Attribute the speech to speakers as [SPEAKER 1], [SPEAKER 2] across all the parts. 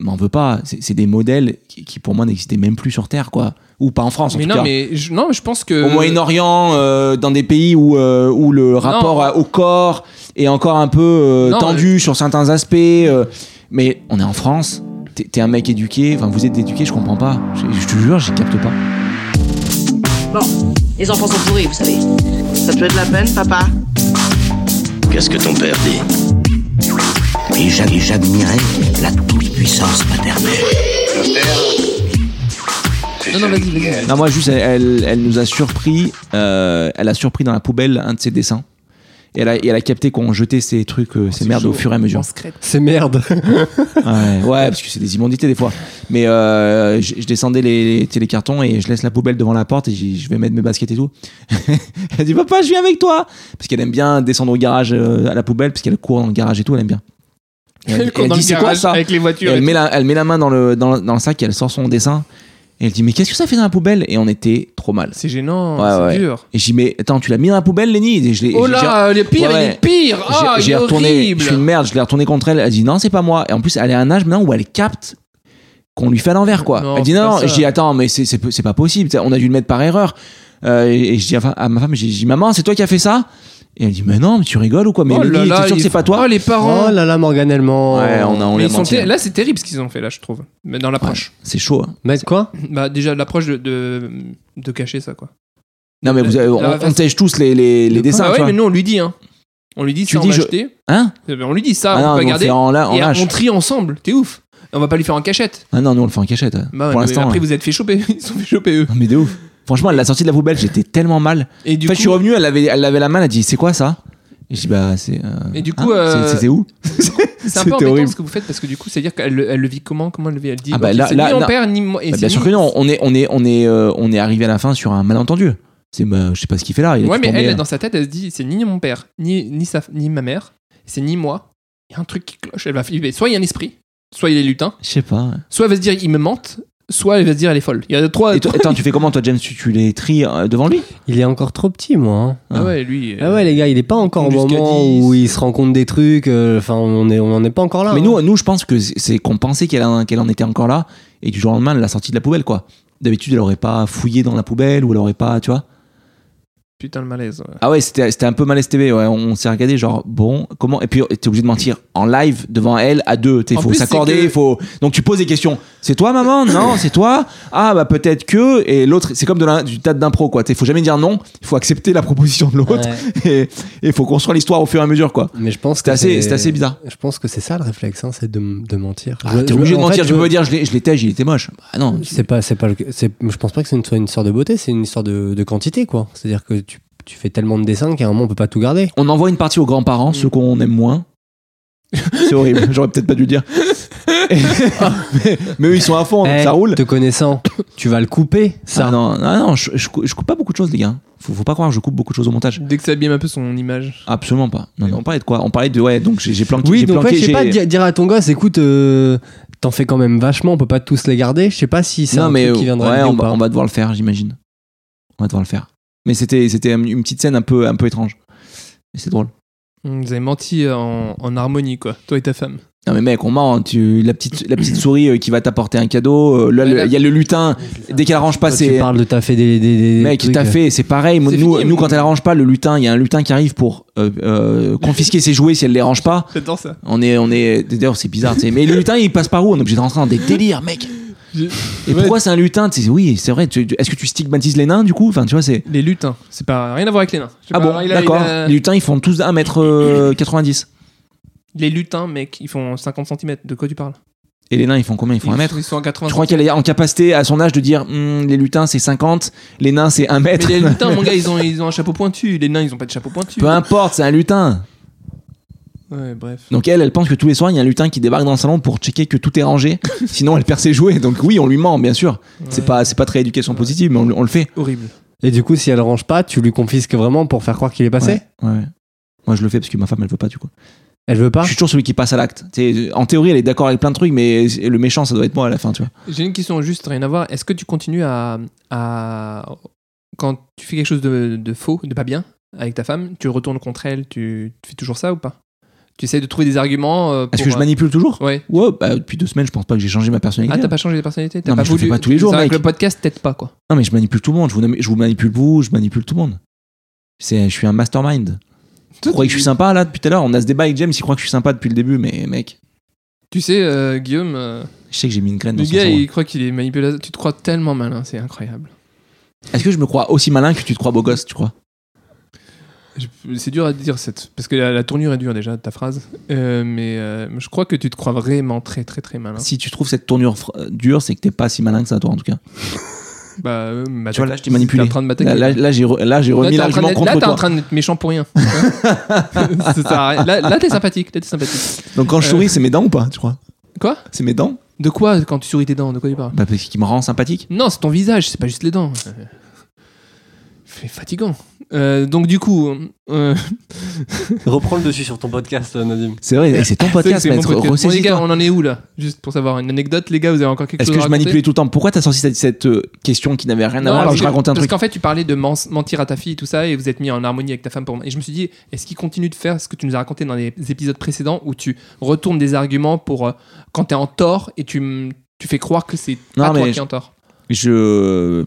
[SPEAKER 1] m'en veux pas. C'est c'est des modèles qui, qui, pour moi n'existaient même plus sur Terre, quoi. Ou pas en France, en
[SPEAKER 2] mais
[SPEAKER 1] tout
[SPEAKER 2] non,
[SPEAKER 1] cas.
[SPEAKER 2] mais je, non, mais je pense que.
[SPEAKER 1] Au Moyen-Orient, euh, dans des pays où, euh, où le rapport à- au corps est encore un peu euh,
[SPEAKER 2] Non,
[SPEAKER 1] tendu sur certains aspects. euh, mais on est en France. T'es t'es un mec éduqué. Enfin, vous êtes éduqué. Je comprends pas. Je, je te jure, j'y capte pas.
[SPEAKER 3] Bon, les enfants sont pourris, vous savez.
[SPEAKER 4] Ça te fait de la peine, papa
[SPEAKER 5] Qu'est-ce que ton père dit
[SPEAKER 6] Et j'a- et j'admirais la toute-puissance maternelle.
[SPEAKER 2] Non, non, vas-y, vas-y.
[SPEAKER 1] Non, moi, juste, elle, elle, elle nous a surpris. euh, elle a surpris dans la poubelle un de ses dessins. Et elle a, et elle a capté qu'on jetait ces trucs, euh, ces merdes au fur et à mesure.
[SPEAKER 2] C'est merde.
[SPEAKER 1] Ouais, ouais, parce que c'est des immondités des fois. Mais euh, je, je descendais les, les télécartons et je laisse la poubelle devant la porte et j'y- je vais mettre mes baskets et tout. elle dit Papa, je viens avec toi Parce qu'elle aime bien descendre au garage euh, à la poubelle, parce qu'elle court dans le garage et tout, elle aime bien. Et elle,
[SPEAKER 2] Elle court
[SPEAKER 1] elle
[SPEAKER 2] dans
[SPEAKER 1] dit
[SPEAKER 2] le
[SPEAKER 1] C'est quoi
[SPEAKER 2] garage
[SPEAKER 1] ça
[SPEAKER 2] Avec les
[SPEAKER 1] Et
[SPEAKER 2] voitures. et
[SPEAKER 1] elle,
[SPEAKER 2] tout.
[SPEAKER 1] met la, elle met la main dans le, dans, le- dans le sac et elle sort son dessin. Et elle dit Mais qu'est-ce que ça fait dans la poubelle Et on était trop mal.
[SPEAKER 2] C'est gênant,
[SPEAKER 1] Ouais,
[SPEAKER 2] c'est
[SPEAKER 1] ouais.
[SPEAKER 2] dur.
[SPEAKER 1] Et j'ai dit Mais attends, tu l'as mis dans la poubelle, Lenny Et je l'ai-
[SPEAKER 2] Oh
[SPEAKER 1] j'ai-
[SPEAKER 2] là, il est pire,
[SPEAKER 1] Ouais,
[SPEAKER 2] il
[SPEAKER 1] ouais.
[SPEAKER 2] est pire.
[SPEAKER 1] j'ai-
[SPEAKER 2] Ah, il
[SPEAKER 1] j'ai
[SPEAKER 2] est
[SPEAKER 1] retourné,
[SPEAKER 2] horrible.
[SPEAKER 1] je suis une merde, je l'ai retourné contre elle. Elle dit non, c'est pas moi. Et en plus, elle est à un âge maintenant où elle capte qu'on lui fait à l'envers, quoi.
[SPEAKER 2] Non,
[SPEAKER 1] elle dit
[SPEAKER 2] c'est
[SPEAKER 1] non,
[SPEAKER 2] pas
[SPEAKER 1] non.
[SPEAKER 2] ça.
[SPEAKER 1] je dis attends, mais c'est- c'est c'est pas possible. On a dû le mettre par erreur. Euh, et, et je dis à, à ma femme, j'ai dit maman, c'est toi qui as fait ça Et elle dit mais non, mais tu rigoles ou quoi Mais
[SPEAKER 2] Oh là
[SPEAKER 1] Lily,
[SPEAKER 2] là,
[SPEAKER 1] t'es sûr que
[SPEAKER 2] il
[SPEAKER 1] c'est pas
[SPEAKER 2] faut-
[SPEAKER 1] toi
[SPEAKER 2] Oh, les parents.
[SPEAKER 7] Oh là là, Morgan Elman.
[SPEAKER 1] Ouais, on a on
[SPEAKER 2] Mais
[SPEAKER 1] l'a
[SPEAKER 2] ils sont
[SPEAKER 1] menti,
[SPEAKER 2] ter-
[SPEAKER 1] hein.
[SPEAKER 2] Là, c'est terrible ce qu'ils ont fait, là, je trouve. Mais dans l'approche.
[SPEAKER 1] C'est chaud. hein.
[SPEAKER 7] Mais quoi
[SPEAKER 2] Bah, déjà, l'approche de, de, de cacher ça, quoi.
[SPEAKER 1] Non mais vous avez- on,
[SPEAKER 2] Là,
[SPEAKER 1] on
[SPEAKER 2] face-
[SPEAKER 1] tèche tous les, les, les dessins,
[SPEAKER 2] Ah
[SPEAKER 1] tu
[SPEAKER 2] ouais,
[SPEAKER 1] vois.
[SPEAKER 2] mais nous, on lui dit, hein. On lui dit,
[SPEAKER 1] Tu
[SPEAKER 2] ça, on
[SPEAKER 1] dis,
[SPEAKER 2] va
[SPEAKER 1] je-
[SPEAKER 2] acheter.
[SPEAKER 1] Hein
[SPEAKER 2] Eh ben, On lui dit ça,
[SPEAKER 1] Ah
[SPEAKER 2] on
[SPEAKER 1] non, nous, on
[SPEAKER 2] peut
[SPEAKER 1] le
[SPEAKER 2] garder.
[SPEAKER 1] fait en, la- en
[SPEAKER 2] Et
[SPEAKER 1] lâche.
[SPEAKER 2] on trie ensemble, t'es ouf. On va pas lui faire en cachette.
[SPEAKER 1] Ah non, nous on le fait en cachette. ouais.
[SPEAKER 2] Bah ouais,
[SPEAKER 1] Pour
[SPEAKER 2] mais
[SPEAKER 1] l'instant.
[SPEAKER 2] Après,
[SPEAKER 1] hein.
[SPEAKER 2] vous êtes fait choper. Ils se sont fait choper, eux.
[SPEAKER 1] Non, Mais de ouf. Franchement, elle l'a sortie de la poubelle, j'étais tellement mal.
[SPEAKER 2] Et du
[SPEAKER 1] en fait,
[SPEAKER 2] coup,
[SPEAKER 1] je suis revenu, elle avait, elle avait la main, elle a dit c'est quoi ça Et je dis bah c'est. euh,
[SPEAKER 2] Et du coup,
[SPEAKER 1] hein,
[SPEAKER 2] euh,
[SPEAKER 1] c'est- c'était où
[SPEAKER 2] c'est un
[SPEAKER 1] c'était
[SPEAKER 2] peu embêtant
[SPEAKER 1] horrible.
[SPEAKER 2] ce que vous faites parce que du coup, c'est-à-dire qu'elle le- elle le vit comment Comment elle le vit Elle dit
[SPEAKER 1] Ah bah
[SPEAKER 2] ok,
[SPEAKER 1] là-
[SPEAKER 2] c'est
[SPEAKER 1] là,
[SPEAKER 2] ni mon
[SPEAKER 1] non.
[SPEAKER 2] père, ni moi. et
[SPEAKER 1] Bah,
[SPEAKER 2] c'est
[SPEAKER 1] bien sûr
[SPEAKER 2] ni-
[SPEAKER 1] que non, on est, on est, on est, euh, on est arrivé à la fin sur un malentendu. C'est bah, je sais pas ce qu'il fait là. Il a
[SPEAKER 2] Ouais,
[SPEAKER 1] dû
[SPEAKER 2] mais
[SPEAKER 1] tomber,
[SPEAKER 2] elle,
[SPEAKER 1] euh.
[SPEAKER 2] dans sa tête, elle se dit c'est ni mon père, ni, ni, sa, ni ma mère, c'est ni moi. Il y a un truc qui cloche. Elle va flipper. Soit il y a un esprit, soit il est lutin,
[SPEAKER 1] Je sais pas.
[SPEAKER 2] soit elle va se dire il me mente, soit elle va se dire elle est folle. Il y a trois.
[SPEAKER 1] Et toi- attends, tu fais comment toi, James Tu, tu les tries euh, devant lui
[SPEAKER 7] Il est encore trop petit, moi. hein.
[SPEAKER 2] Ah ouais, lui.
[SPEAKER 1] Euh,
[SPEAKER 7] Ah ouais, les gars, il est pas encore au
[SPEAKER 2] compte jusqu'à
[SPEAKER 7] moment
[SPEAKER 2] 10.
[SPEAKER 7] où il se rend compte des trucs. euh, Enfin, on est, on en est pas encore là.
[SPEAKER 1] Mais
[SPEAKER 7] hein.
[SPEAKER 1] nous, nous, je pense que c'est- c'est qu'on pensait qu'elle en, qu'elle en était encore là, et du jour au lendemain, elle l'a sortie de la poubelle, quoi. D'habitude, elle aurait pas fouillé dans la poubelle, ou elle aurait pas, tu vois.
[SPEAKER 2] Putain, le malaise. ouais.
[SPEAKER 1] Ah ouais, c'était c'était un peu mal STV, ouais. On s'est regardé, genre, bon, comment Et puis, t'es obligé de mentir en live devant elle à deux. Il
[SPEAKER 2] En
[SPEAKER 1] faut
[SPEAKER 2] plus, c'est
[SPEAKER 1] s'accorder,
[SPEAKER 2] que-
[SPEAKER 1] faut. Donc, tu poses des questions. C'est toi, maman Non, c'est toi Ah, bah, peut-être que. Et l'autre, c'est comme de la- du tas d'impro, quoi. Il faut jamais dire non. Il faut accepter la proposition de l'autre.
[SPEAKER 7] Ouais.
[SPEAKER 1] Et il faut construire l'histoire au fur et à mesure, quoi.
[SPEAKER 7] Mais je pense
[SPEAKER 1] C'était
[SPEAKER 7] que
[SPEAKER 1] assez, c'était assez bizarre.
[SPEAKER 7] Je pense que c'est ça le réflexe, hein, c'est de, de mentir.
[SPEAKER 1] Ah,
[SPEAKER 7] Bah, Je-
[SPEAKER 1] T'es
[SPEAKER 7] je-
[SPEAKER 1] obligé de
[SPEAKER 7] en fait,
[SPEAKER 1] mentir.
[SPEAKER 7] je-
[SPEAKER 1] tu peux pas dire, je l'ai- je l'étais, il était moche. Ah non.
[SPEAKER 7] C'est pas, c'est pas. le- c'est- Je pense pas que c'est une, soit une histoire de beauté, c'est une histoire de, de quantité, quoi. C'est-à-dire que tu, tu fais tellement de dessins qu'à un moment on peut pas tout garder.
[SPEAKER 1] On envoie une partie aux grands-parents,
[SPEAKER 7] Mm.
[SPEAKER 1] ceux qu'on aime moins. C'est horrible, j'aurais peut-être pas dû le dire. mais, mais eux, ils sont à fond,
[SPEAKER 7] Eh,
[SPEAKER 1] ça roule.
[SPEAKER 7] Te connaissant, tu vas le couper, ça.
[SPEAKER 1] Ah non, non, non, je, je cou- je coupe pas beaucoup de choses, les gars. Faut, faut pas croire que je coupe beaucoup de choses au montage.
[SPEAKER 2] Dès que ça abîme un peu son image.
[SPEAKER 1] Absolument pas. Non, non, on parlait de quoi On parlait de ouais, donc j'ai j'ai planqué.
[SPEAKER 7] Oui,
[SPEAKER 1] j'ai
[SPEAKER 7] donc ouais,
[SPEAKER 1] planqué,
[SPEAKER 7] je sais
[SPEAKER 1] j'ai-
[SPEAKER 7] pas dire, dire à ton gosse, écoute, euh, t'en fais quand même vachement, on peut pas tous les garder. Je sais pas si c'est
[SPEAKER 1] Non,
[SPEAKER 7] un
[SPEAKER 1] mais
[SPEAKER 7] truc qui
[SPEAKER 1] ouais, on,
[SPEAKER 7] viendrait de lui ou
[SPEAKER 1] va,
[SPEAKER 7] pas.
[SPEAKER 1] on va devoir le faire, j'imagine. On va devoir le faire. Mais c'était c'était une petite scène un peu un peu étrange. Mais c'est drôle.
[SPEAKER 2] Vous avez menti en, en harmonie, quoi. Toi et ta femme.
[SPEAKER 1] Non mais mec, on ment. hein. Tu la petite la petite souris euh, qui va t'apporter un cadeau. euh, là,
[SPEAKER 2] Ouais,
[SPEAKER 1] le-
[SPEAKER 2] là-
[SPEAKER 1] Il y a le lutin. Dès qu'elle arrange pas,
[SPEAKER 7] Toi, tu
[SPEAKER 1] c'est
[SPEAKER 7] parles de t'as fait des, des, des
[SPEAKER 1] Mec,
[SPEAKER 7] trucs, euh,
[SPEAKER 1] t'as fait, c'est pareil. Nous,
[SPEAKER 2] C'est
[SPEAKER 1] nous,
[SPEAKER 2] fini,
[SPEAKER 1] nous,
[SPEAKER 2] mais-
[SPEAKER 1] quand elle range pas, le lutin, il y a un lutin qui arrive pour euh, euh, confisquer ses jouets si elle les range pas.
[SPEAKER 2] J'adore ça.
[SPEAKER 1] On est, on est. D'ailleurs, c'est bizarre. tu sais. Mais le lutin, il passe par où On est obligé de rentrer dans des délires, mec.
[SPEAKER 2] Je-
[SPEAKER 1] Et
[SPEAKER 2] Ouais.
[SPEAKER 1] pourquoi c'est un lutin Tu sais, Oui, c'est vrai. tu- tu- Est-ce que tu stigmatises les nains du coup Enfin, tu vois, c'est.
[SPEAKER 2] Les lutins. C'est pas rien à voir avec les nains. Je sais
[SPEAKER 1] Ah
[SPEAKER 2] pas,
[SPEAKER 1] bon,
[SPEAKER 2] il a- il
[SPEAKER 1] d'accord.
[SPEAKER 2] a-
[SPEAKER 1] Les lutins, ils font tous euh, 1m90.
[SPEAKER 2] Les lutins, mec, ils font 50 cm. De quoi tu parles
[SPEAKER 1] Et les nains, ils font combien Ils font
[SPEAKER 2] ils,
[SPEAKER 1] 1m.
[SPEAKER 2] Ils sont à 80
[SPEAKER 1] Je crois qu'elle est en capacité à son âge de dire Hum, les lutins, c'est 50, les nains, c'est 1
[SPEAKER 2] Mais
[SPEAKER 1] mètre.
[SPEAKER 2] les lutins, mon gars, ils ont, ils ont un chapeau pointu. Les nains, ils ont pas de chapeau pointu.
[SPEAKER 1] Peu importe, c'est un lutin.
[SPEAKER 2] Ouais, bref.
[SPEAKER 1] Donc elle, elle pense que tous les soirs, il y a un lutin qui débarque dans le salon pour checker que tout est rangé. Sinon, elle perd ses jouets. Donc oui, on lui ment, bien sûr. C'est
[SPEAKER 2] Ouais.
[SPEAKER 1] pas, c'est pas très éducation
[SPEAKER 2] Ouais.
[SPEAKER 1] positive, mais on, le- on le fait.
[SPEAKER 2] Horrible.
[SPEAKER 7] Et du coup, si elle range pas, tu lui confisques vraiment pour faire croire qu'il est passé
[SPEAKER 1] Ouais, ouais. Moi, je le fais parce que ma femme, elle veut pas, du coup.
[SPEAKER 7] Elle veut pas
[SPEAKER 1] Je suis toujours celui qui passe à l'acte. Tu sais, en théorie, elle est d'accord avec plein de trucs, mais le méchant, ça doit être moi à la fin, tu vois.
[SPEAKER 2] J'ai une question juste, rien à voir. Est-ce que tu continues à, à- Quand tu fais quelque chose de, de faux, de pas bien, avec ta femme, tu retournes contre elle, tu, tu fais toujours ça ou pas Tu essayes de trouver des arguments. euh,
[SPEAKER 1] Est-ce
[SPEAKER 2] pour,
[SPEAKER 1] que je
[SPEAKER 2] euh,
[SPEAKER 1] manipule toujours
[SPEAKER 2] Ouais.
[SPEAKER 1] Ouais, bah, depuis deux semaines, je pense pas que j'ai changé ma personnalité.
[SPEAKER 2] Ah, t'as pas changé de personnalité T'as
[SPEAKER 1] Non,
[SPEAKER 2] pas
[SPEAKER 1] mais je le
[SPEAKER 2] voulu.
[SPEAKER 1] fais pas tous les jours,
[SPEAKER 2] C'est vrai que
[SPEAKER 1] mec.
[SPEAKER 2] le podcast, peut-être pas, quoi.
[SPEAKER 1] Non, mais je manipule tout le monde. Je vous, je vous manipule vous, je manipule tout le monde. C'est, je suis un mastermind. Vous croyez que je suis sympa là depuis tout à l'heure On a ce débat avec James, il croit que je suis sympa depuis le début, mais mec,
[SPEAKER 2] Tu sais, euh, Guillaume, euh,
[SPEAKER 1] je sais que j'ai mis une graine dans
[SPEAKER 2] le
[SPEAKER 1] son
[SPEAKER 2] gars,
[SPEAKER 1] cerveau.
[SPEAKER 2] il croit qu'il est manipulateur. Tu te crois tellement malin, c'est incroyable.
[SPEAKER 1] Est-ce que je me crois aussi malin que tu te crois beau gosse, tu crois
[SPEAKER 2] Je- C'est dur à dire, cette... parce que la, la tournure est dure déjà de ta phrase. Euh, mais euh, je crois que tu te crois vraiment très, très, très malin.
[SPEAKER 1] Si tu trouves cette tournure fr- euh, dure, c'est que t'es pas si malin que ça, toi en tout cas.
[SPEAKER 2] Bah, euh, m'attaque-
[SPEAKER 1] Tu vois, là, je t'ai manipulé.
[SPEAKER 2] T'es en train de m'attaquer.
[SPEAKER 1] Là, là, là, j'ai, re- là, j'ai
[SPEAKER 2] Là,
[SPEAKER 1] remis
[SPEAKER 2] t'es en train
[SPEAKER 1] l'argument
[SPEAKER 2] d'être-
[SPEAKER 1] contre
[SPEAKER 2] là, t'es en
[SPEAKER 1] toi.
[SPEAKER 2] train d'être méchant pour rien. Ça sert à rien. Là, là, t'es sympathique. Là, t'es sympathique.
[SPEAKER 1] Donc quand je
[SPEAKER 2] Euh.
[SPEAKER 1] souris, c'est mes dents ou pas, tu crois
[SPEAKER 2] Quoi
[SPEAKER 1] C'est mes dents
[SPEAKER 2] De quoi quand tu souris tes dents De quoi tu parles
[SPEAKER 1] Bah, parce qu'il me rend sympathique.
[SPEAKER 2] Non, c'est ton visage, c'est pas juste les dents. Euh, C'est fatigant. Euh, donc du coup, euh,
[SPEAKER 7] Reprends le dessus sur ton podcast, euh, Nadim.
[SPEAKER 1] C'est vrai, et c'est ton
[SPEAKER 2] c'est-
[SPEAKER 1] podcast,
[SPEAKER 2] c'est mon
[SPEAKER 1] maître.
[SPEAKER 2] podcast. Bon, les gars,
[SPEAKER 1] Ressaisis-toi.
[SPEAKER 2] on en est où là Juste pour savoir une anecdote, les gars, vous avez encore quelque
[SPEAKER 1] Est-ce
[SPEAKER 2] chose
[SPEAKER 1] que
[SPEAKER 2] à
[SPEAKER 1] je
[SPEAKER 2] raconter
[SPEAKER 1] manipulais tout le temps Pourquoi t'as sorti cette, cette, euh, question qui n'avait rien à
[SPEAKER 2] Non,
[SPEAKER 1] voir alors
[SPEAKER 2] parce
[SPEAKER 1] que je
[SPEAKER 2] que-
[SPEAKER 1] racontais un
[SPEAKER 2] Parce
[SPEAKER 1] truc
[SPEAKER 2] qu'en fait, tu parlais de mens- mentir à ta fille, tout ça, et vous êtes mis en harmonie avec ta femme pour. Et je me suis dit, est-ce qu'il continue de faire ce que tu nous as raconté dans les épisodes précédents où tu retournes des arguments pour euh, quand t'es en tort et tu, m- tu fais croire que c'est
[SPEAKER 1] Non,
[SPEAKER 2] pas toi
[SPEAKER 1] mais
[SPEAKER 2] qui es en tort
[SPEAKER 1] Je.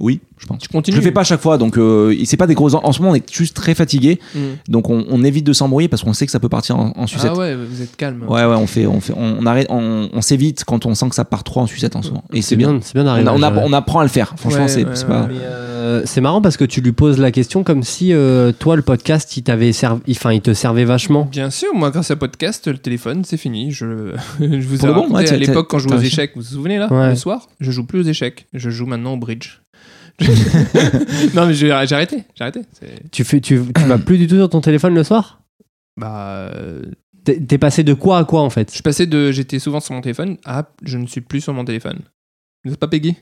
[SPEAKER 1] Oui, je pense.
[SPEAKER 2] Tu continues
[SPEAKER 1] Je le fais pas à chaque fois, donc euh, c'est pas des gros. En ce moment, on est juste très fatigué,
[SPEAKER 2] Mm.
[SPEAKER 1] donc on, on évite de s'embrouiller parce qu'on sait que ça peut partir en, en sucette.
[SPEAKER 2] Ah ouais, vous êtes calme.
[SPEAKER 1] ouais. ouais, on fait, on fait, on, on arrête, on, on s'évite quand on sent que ça part trop en sucette en ce moment. Et
[SPEAKER 7] C'est
[SPEAKER 1] c'est bien.
[SPEAKER 7] bien, c'est bien d'arriver.
[SPEAKER 1] On, a-
[SPEAKER 7] à
[SPEAKER 1] on, a-
[SPEAKER 7] gérer.
[SPEAKER 1] on apprend à le faire. Franchement,
[SPEAKER 2] Ouais,
[SPEAKER 1] c'est
[SPEAKER 2] ouais,
[SPEAKER 1] c'est pas.
[SPEAKER 2] ouais.
[SPEAKER 7] Mais, euh, c'est marrant parce que tu lui poses la question comme si euh, toi le podcast il t'avait servi, enfin il te servait vachement.
[SPEAKER 2] Bien sûr, moi, grâce à podcast, le téléphone, c'est fini. Je, je vous
[SPEAKER 1] Pour
[SPEAKER 2] ai
[SPEAKER 1] le bon,
[SPEAKER 2] raconté
[SPEAKER 1] ouais,
[SPEAKER 2] à
[SPEAKER 1] t'as-
[SPEAKER 2] l'époque
[SPEAKER 1] t'as-
[SPEAKER 2] quand je jouais
[SPEAKER 1] t'as
[SPEAKER 2] aux
[SPEAKER 1] raison.
[SPEAKER 2] échecs, vous vous souvenez là
[SPEAKER 7] Ouais.
[SPEAKER 2] Le soir, je joue plus aux échecs, je joue maintenant au bridge. non, mais j'ai j'ai arrêté, j'ai arrêté. C'est-
[SPEAKER 7] Tu fais, tu, tu vas plus du tout sur ton téléphone le soir.
[SPEAKER 2] Bah, euh,
[SPEAKER 7] T'es t'es passé de quoi à quoi en fait
[SPEAKER 2] je passais de. J'étais souvent sur mon téléphone à je ne suis plus sur mon téléphone. N'est-ce pas, Peggy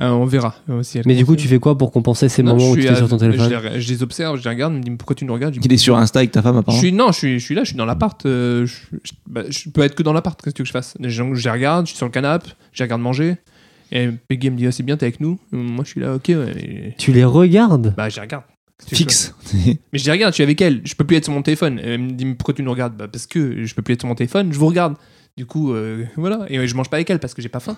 [SPEAKER 2] Euh, On verra. euh, si elle
[SPEAKER 7] Mais du coup
[SPEAKER 2] continue.
[SPEAKER 7] tu fais quoi pour compenser ces
[SPEAKER 2] Non,
[SPEAKER 7] moments
[SPEAKER 2] je
[SPEAKER 7] où tu
[SPEAKER 2] suis
[SPEAKER 7] étais
[SPEAKER 2] à-
[SPEAKER 7] sur ton
[SPEAKER 2] Je
[SPEAKER 7] téléphone
[SPEAKER 2] les, je les observe, je les regarde, ils me disent pourquoi tu nous regardes Je dis,
[SPEAKER 1] Il est sur Insta avec ta femme,
[SPEAKER 2] Je
[SPEAKER 1] apparemment.
[SPEAKER 2] suis, non, je suis, je suis là, je suis dans l'appart. euh, je, je- bah, je peux être que dans l'appart, qu'est-ce que tu veux que je fasse Les gens, je les regarde, je suis sur le canapé, je les regarde manger. Et Peggy elle me dit, Ah, c'est bien, t'es avec nous. Moi, je suis là, ok, ouais. mais-
[SPEAKER 7] Tu les regardes
[SPEAKER 2] Bah, je les regarde. Qu'est-ce que tu veux que je fasse
[SPEAKER 1] Fixe.
[SPEAKER 2] Mais je les regarde, je suis avec elle, je peux plus être sur mon téléphone. Elle me dit, mais pourquoi tu nous regardes Bah, parce que je peux plus être sur mon téléphone, je vous regarde. Du coup, euh, voilà. Et euh, je mange pas avec elle parce que j'ai pas faim.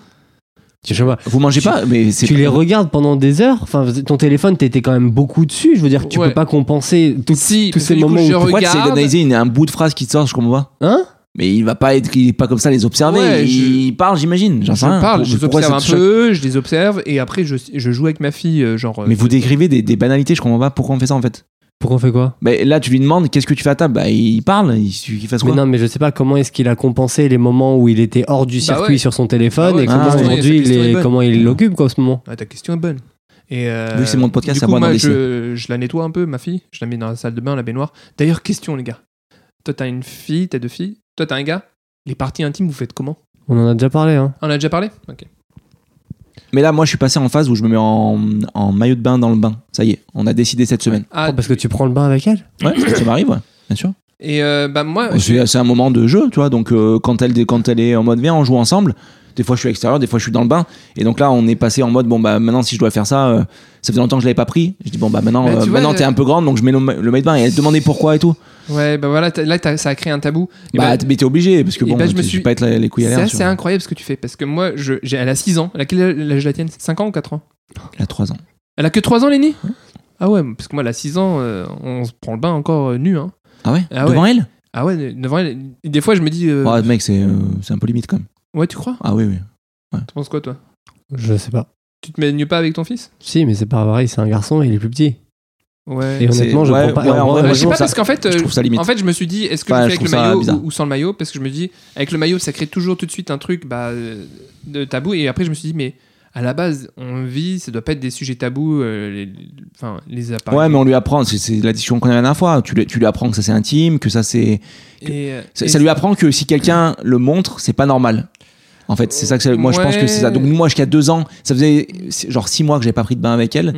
[SPEAKER 7] Je sais pas.
[SPEAKER 1] Vous mangez
[SPEAKER 7] Tu-
[SPEAKER 1] pas, mais c'est.
[SPEAKER 7] Tu les regardes pendant des heures. Enfin, ton téléphone, t'étais quand même beaucoup dessus. Je veux dire, que tu
[SPEAKER 2] Ouais.
[SPEAKER 7] peux pas compenser tout.
[SPEAKER 2] si,
[SPEAKER 7] tous
[SPEAKER 2] parce
[SPEAKER 7] ces
[SPEAKER 2] que du coup,
[SPEAKER 7] moments où-
[SPEAKER 2] je
[SPEAKER 1] Pourquoi tu essaies
[SPEAKER 2] regarde.
[SPEAKER 1] d'analyser une- un bout de phrase qui te sort, je comprends pas.
[SPEAKER 7] Hein
[SPEAKER 1] Mais il va pas être, il est pas comme ça les observer.
[SPEAKER 2] Ouais,
[SPEAKER 1] il parle, j'imagine. J'en
[SPEAKER 2] Je
[SPEAKER 1] sais rien.
[SPEAKER 2] parle,
[SPEAKER 1] Pour-
[SPEAKER 2] je les
[SPEAKER 1] pourquoi
[SPEAKER 2] observe un
[SPEAKER 1] ça te choque
[SPEAKER 2] peu, je les observe, et après je, je joue avec ma fille, euh, genre. euh,
[SPEAKER 1] Mais vous décrivez des, des banalités, je comprends pas pourquoi on fait ça en fait.
[SPEAKER 7] Pourquoi on fait quoi
[SPEAKER 1] Mais là, tu lui demandes qu'est-ce que tu fais à table Bah, il parle, il suffit qu'il fasse
[SPEAKER 7] Mais
[SPEAKER 1] quoi
[SPEAKER 7] non, mais je sais pas comment est-ce qu'il a compensé les moments où il était hors du
[SPEAKER 2] Bah
[SPEAKER 7] circuit
[SPEAKER 2] ouais.
[SPEAKER 7] sur son téléphone
[SPEAKER 2] Ah ouais,
[SPEAKER 7] et
[SPEAKER 2] ah
[SPEAKER 7] comment
[SPEAKER 1] ouais,
[SPEAKER 2] cette
[SPEAKER 7] aujourd'hui il
[SPEAKER 2] question est
[SPEAKER 7] est,
[SPEAKER 2] bonne.
[SPEAKER 7] comment il l'occupe quoi en ce moment.
[SPEAKER 2] Ouais, ta question est bonne. Et euh,
[SPEAKER 1] Vu que c'est mon podcast,
[SPEAKER 2] du
[SPEAKER 1] c'est à
[SPEAKER 2] coup,
[SPEAKER 1] moi d'en
[SPEAKER 2] moi,
[SPEAKER 1] décider.
[SPEAKER 2] je, je la nettoie un peu, ma fille. Je la mets dans la salle de bain, la baignoire. D'ailleurs, question, les gars. Toi, t'as une fille, t'as deux filles. Toi, t'as un gars. Les parties intimes, vous faites comment
[SPEAKER 7] On en a déjà parlé. Hein.
[SPEAKER 2] On a déjà parlé Ok.
[SPEAKER 1] Mais là, moi, je suis passé en phase où je me mets en, en maillot de bain dans le bain. Ça y est, on a décidé cette semaine.
[SPEAKER 2] Ah,
[SPEAKER 7] Oh, parce que tu prends le bain avec elle.
[SPEAKER 1] Ouais, parce que ça m'arrive, ouais, bien sûr.
[SPEAKER 2] et euh, bah, moi, je-
[SPEAKER 1] C'est c'est un moment de jeu, tu vois. Donc, euh, quand, elle, quand elle est en mode viens, on joue ensemble. Des fois, je suis à l'extérieur, des fois, je suis dans le bain. Et donc là, on est passé en mode bon, bah maintenant, si je dois faire ça, euh, ça faisait longtemps que je l'avais pas pris. Je dis bon, bah maintenant,
[SPEAKER 2] Mais
[SPEAKER 1] euh,
[SPEAKER 2] tu vois,
[SPEAKER 1] maintenant,
[SPEAKER 2] le-
[SPEAKER 1] t'es un peu grande, donc je mets le, ma- le maillot de bain. Et elle demandait pourquoi et tout.
[SPEAKER 2] ouais, bah voilà, t'as- là, t'as- ça a créé un tabou. Et
[SPEAKER 1] bah,
[SPEAKER 2] bah,
[SPEAKER 1] t- mais t'es obligé, parce que
[SPEAKER 2] et
[SPEAKER 1] bon,
[SPEAKER 2] bah, je
[SPEAKER 1] tu-
[SPEAKER 2] me
[SPEAKER 1] tu
[SPEAKER 2] suis-
[SPEAKER 1] peux pas être la- les couilles à
[SPEAKER 2] c'est
[SPEAKER 1] l'air.
[SPEAKER 2] assez incroyable ce que tu fais. Parce que moi, je, j'ai- elle a 6 ans. Elle a quel âge la tienne 5 ans ou 4 ans
[SPEAKER 1] Elle a 3 ans.
[SPEAKER 2] Elle a que 3 ans, Lenny Ah ouais, parce que moi, elle a 6 ans, euh, on se prend le bain encore euh, nu. Hein.
[SPEAKER 1] Ah ouais
[SPEAKER 2] Ah
[SPEAKER 1] Devant elle
[SPEAKER 2] Ah ouais, devant elle, des fois, je me dis. euh,
[SPEAKER 1] Ouais, mec, c'est euh, c'est un peu limite quand même.
[SPEAKER 2] ouais, tu crois
[SPEAKER 1] Ah oui, oui.
[SPEAKER 2] Tu penses quoi, toi
[SPEAKER 7] Je sais pas.
[SPEAKER 2] Tu te baignes pas avec ton fils
[SPEAKER 7] Si, mais c'est pas pareil. C'est un garçon, il est plus petit.
[SPEAKER 2] Ouais.
[SPEAKER 7] Et
[SPEAKER 1] C'est-
[SPEAKER 7] honnêtement, je
[SPEAKER 1] ouais,
[SPEAKER 7] prends pas.
[SPEAKER 1] ouais,
[SPEAKER 7] et en
[SPEAKER 1] en vrai,
[SPEAKER 2] Euh,
[SPEAKER 7] vrai,
[SPEAKER 2] je
[SPEAKER 1] je
[SPEAKER 7] moi,
[SPEAKER 2] sais
[SPEAKER 1] trouve
[SPEAKER 2] pas
[SPEAKER 1] ça-
[SPEAKER 2] parce qu'en fait,
[SPEAKER 1] je
[SPEAKER 2] euh,
[SPEAKER 1] trouve ça limite.
[SPEAKER 2] en fait, je me suis dit, est-ce que
[SPEAKER 1] Enfin,
[SPEAKER 2] je
[SPEAKER 1] je
[SPEAKER 2] fais avec le
[SPEAKER 1] trouve ça
[SPEAKER 2] maillot
[SPEAKER 1] bizarre.
[SPEAKER 2] ou, ou sans le maillot Parce que je me dis, avec le maillot, ça crée toujours tout de suite un truc bah, euh, de tabou. Et après, je me suis dit, mais à la base, on vit, ça doit pas être des sujets tabous, euh, les, enfin, les appareils.
[SPEAKER 1] Ouais, mais on lui apprend, c'est- c'est la discussion qu'on avait la dernière fois. Tu lui, tu lui apprends que ça c'est intime, que ça c'est.
[SPEAKER 2] Et, euh,
[SPEAKER 1] Ça,
[SPEAKER 2] et-
[SPEAKER 1] ça lui apprend que si quelqu'un le montre, c'est pas normal. En fait, c'est ça que c'est- moi je pense que c'est ça. Donc
[SPEAKER 2] Ouais.
[SPEAKER 1] moi jusqu'à deux ans, ça faisait euh, genre six mois que j'ai pas pris de bain avec elle.
[SPEAKER 2] Mhm.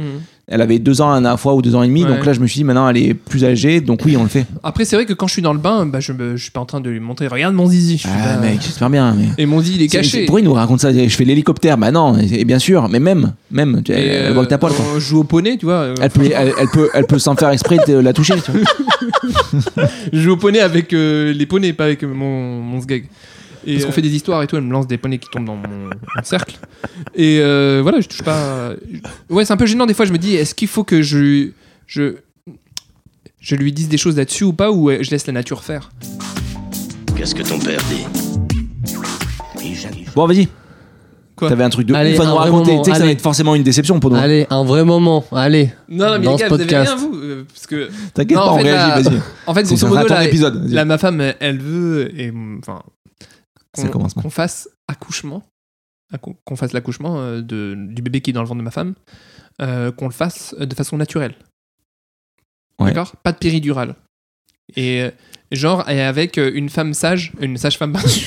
[SPEAKER 1] Elle avait deux ans la dernière fois ou deux ans et demi.
[SPEAKER 2] Ouais.
[SPEAKER 1] Donc là, je me suis dit maintenant elle est plus âgée, donc oui, on le fait.
[SPEAKER 2] Après, c'est vrai que quand je suis dans le bain, bah, je, me- je suis pas en train de lui montrer. Regarde mon zizi. Je suis
[SPEAKER 1] Ah
[SPEAKER 2] pas-
[SPEAKER 1] mec, j'espère bien. Mais...
[SPEAKER 2] Et mon zizi, il est
[SPEAKER 1] C'est-
[SPEAKER 2] caché.
[SPEAKER 1] c'est- Pourquoi il nous raconte ça Je fais l'hélicoptère, bah non, et, et bien sûr, mais même, même, tu-
[SPEAKER 2] Et,
[SPEAKER 1] elle, elle
[SPEAKER 2] euh,
[SPEAKER 1] voit que t'as poil. quoi.
[SPEAKER 2] On joue au poney, tu vois. euh,
[SPEAKER 1] Elle peut, elle, elle peut, elle peut sans faire exprès te- la toucher. tu vois.
[SPEAKER 2] Je joue au poney avec euh, les poneys, pas avec euh, mon, mon sgeg. Et euh, Parce qu'on fait des histoires et tout, elle me lance des poneys qui tombent dans mon, mon cercle. Et euh, voilà, je touche pas. Ouais, c'est un peu gênant des fois. Je me dis, est-ce qu'il faut que je, je, je lui dise des choses là-dessus ou pas, ou euh, je laisse la nature faire
[SPEAKER 5] Qu'est-ce que ton père dit
[SPEAKER 1] Bon, vas-y.
[SPEAKER 2] Quoi
[SPEAKER 1] T'avais un truc de
[SPEAKER 7] Allez,
[SPEAKER 1] ouf à
[SPEAKER 7] un
[SPEAKER 1] nous
[SPEAKER 7] vrai
[SPEAKER 1] raconter.
[SPEAKER 7] moment,
[SPEAKER 1] Tu sais que ça va
[SPEAKER 7] allez.
[SPEAKER 1] être forcément une déception pour nous.
[SPEAKER 7] Allez, un vrai moment, allez.
[SPEAKER 2] Non, non, mais
[SPEAKER 7] Dans
[SPEAKER 2] les gars,
[SPEAKER 7] ce
[SPEAKER 2] vous avez rien,
[SPEAKER 7] podcast.
[SPEAKER 2] vous. euh, parce que,
[SPEAKER 1] T'inquiète
[SPEAKER 2] Non,
[SPEAKER 1] pas,
[SPEAKER 2] en
[SPEAKER 1] on
[SPEAKER 2] fait,
[SPEAKER 1] réagit,
[SPEAKER 2] la-
[SPEAKER 1] vas-y.
[SPEAKER 2] en fait,
[SPEAKER 1] C'est
[SPEAKER 2] grosso
[SPEAKER 1] ça,
[SPEAKER 2] modo,
[SPEAKER 1] raconte
[SPEAKER 2] la,
[SPEAKER 1] l'épisode. vas-y.
[SPEAKER 2] la- ma femme, elle veut, et enfin,
[SPEAKER 1] C'est le
[SPEAKER 2] qu'on
[SPEAKER 1] commencement.
[SPEAKER 2] qu'on fasse accouchement, à- qu'on qu'on fasse l'accouchement euh, de- du bébé qui est dans le ventre de ma femme, euh, qu'on le fasse euh, de façon naturelle.
[SPEAKER 1] Ouais.
[SPEAKER 2] D'accord Pas de péridurale. Et euh, genre, et avec euh, une femme sage, une sage-femme, pardon.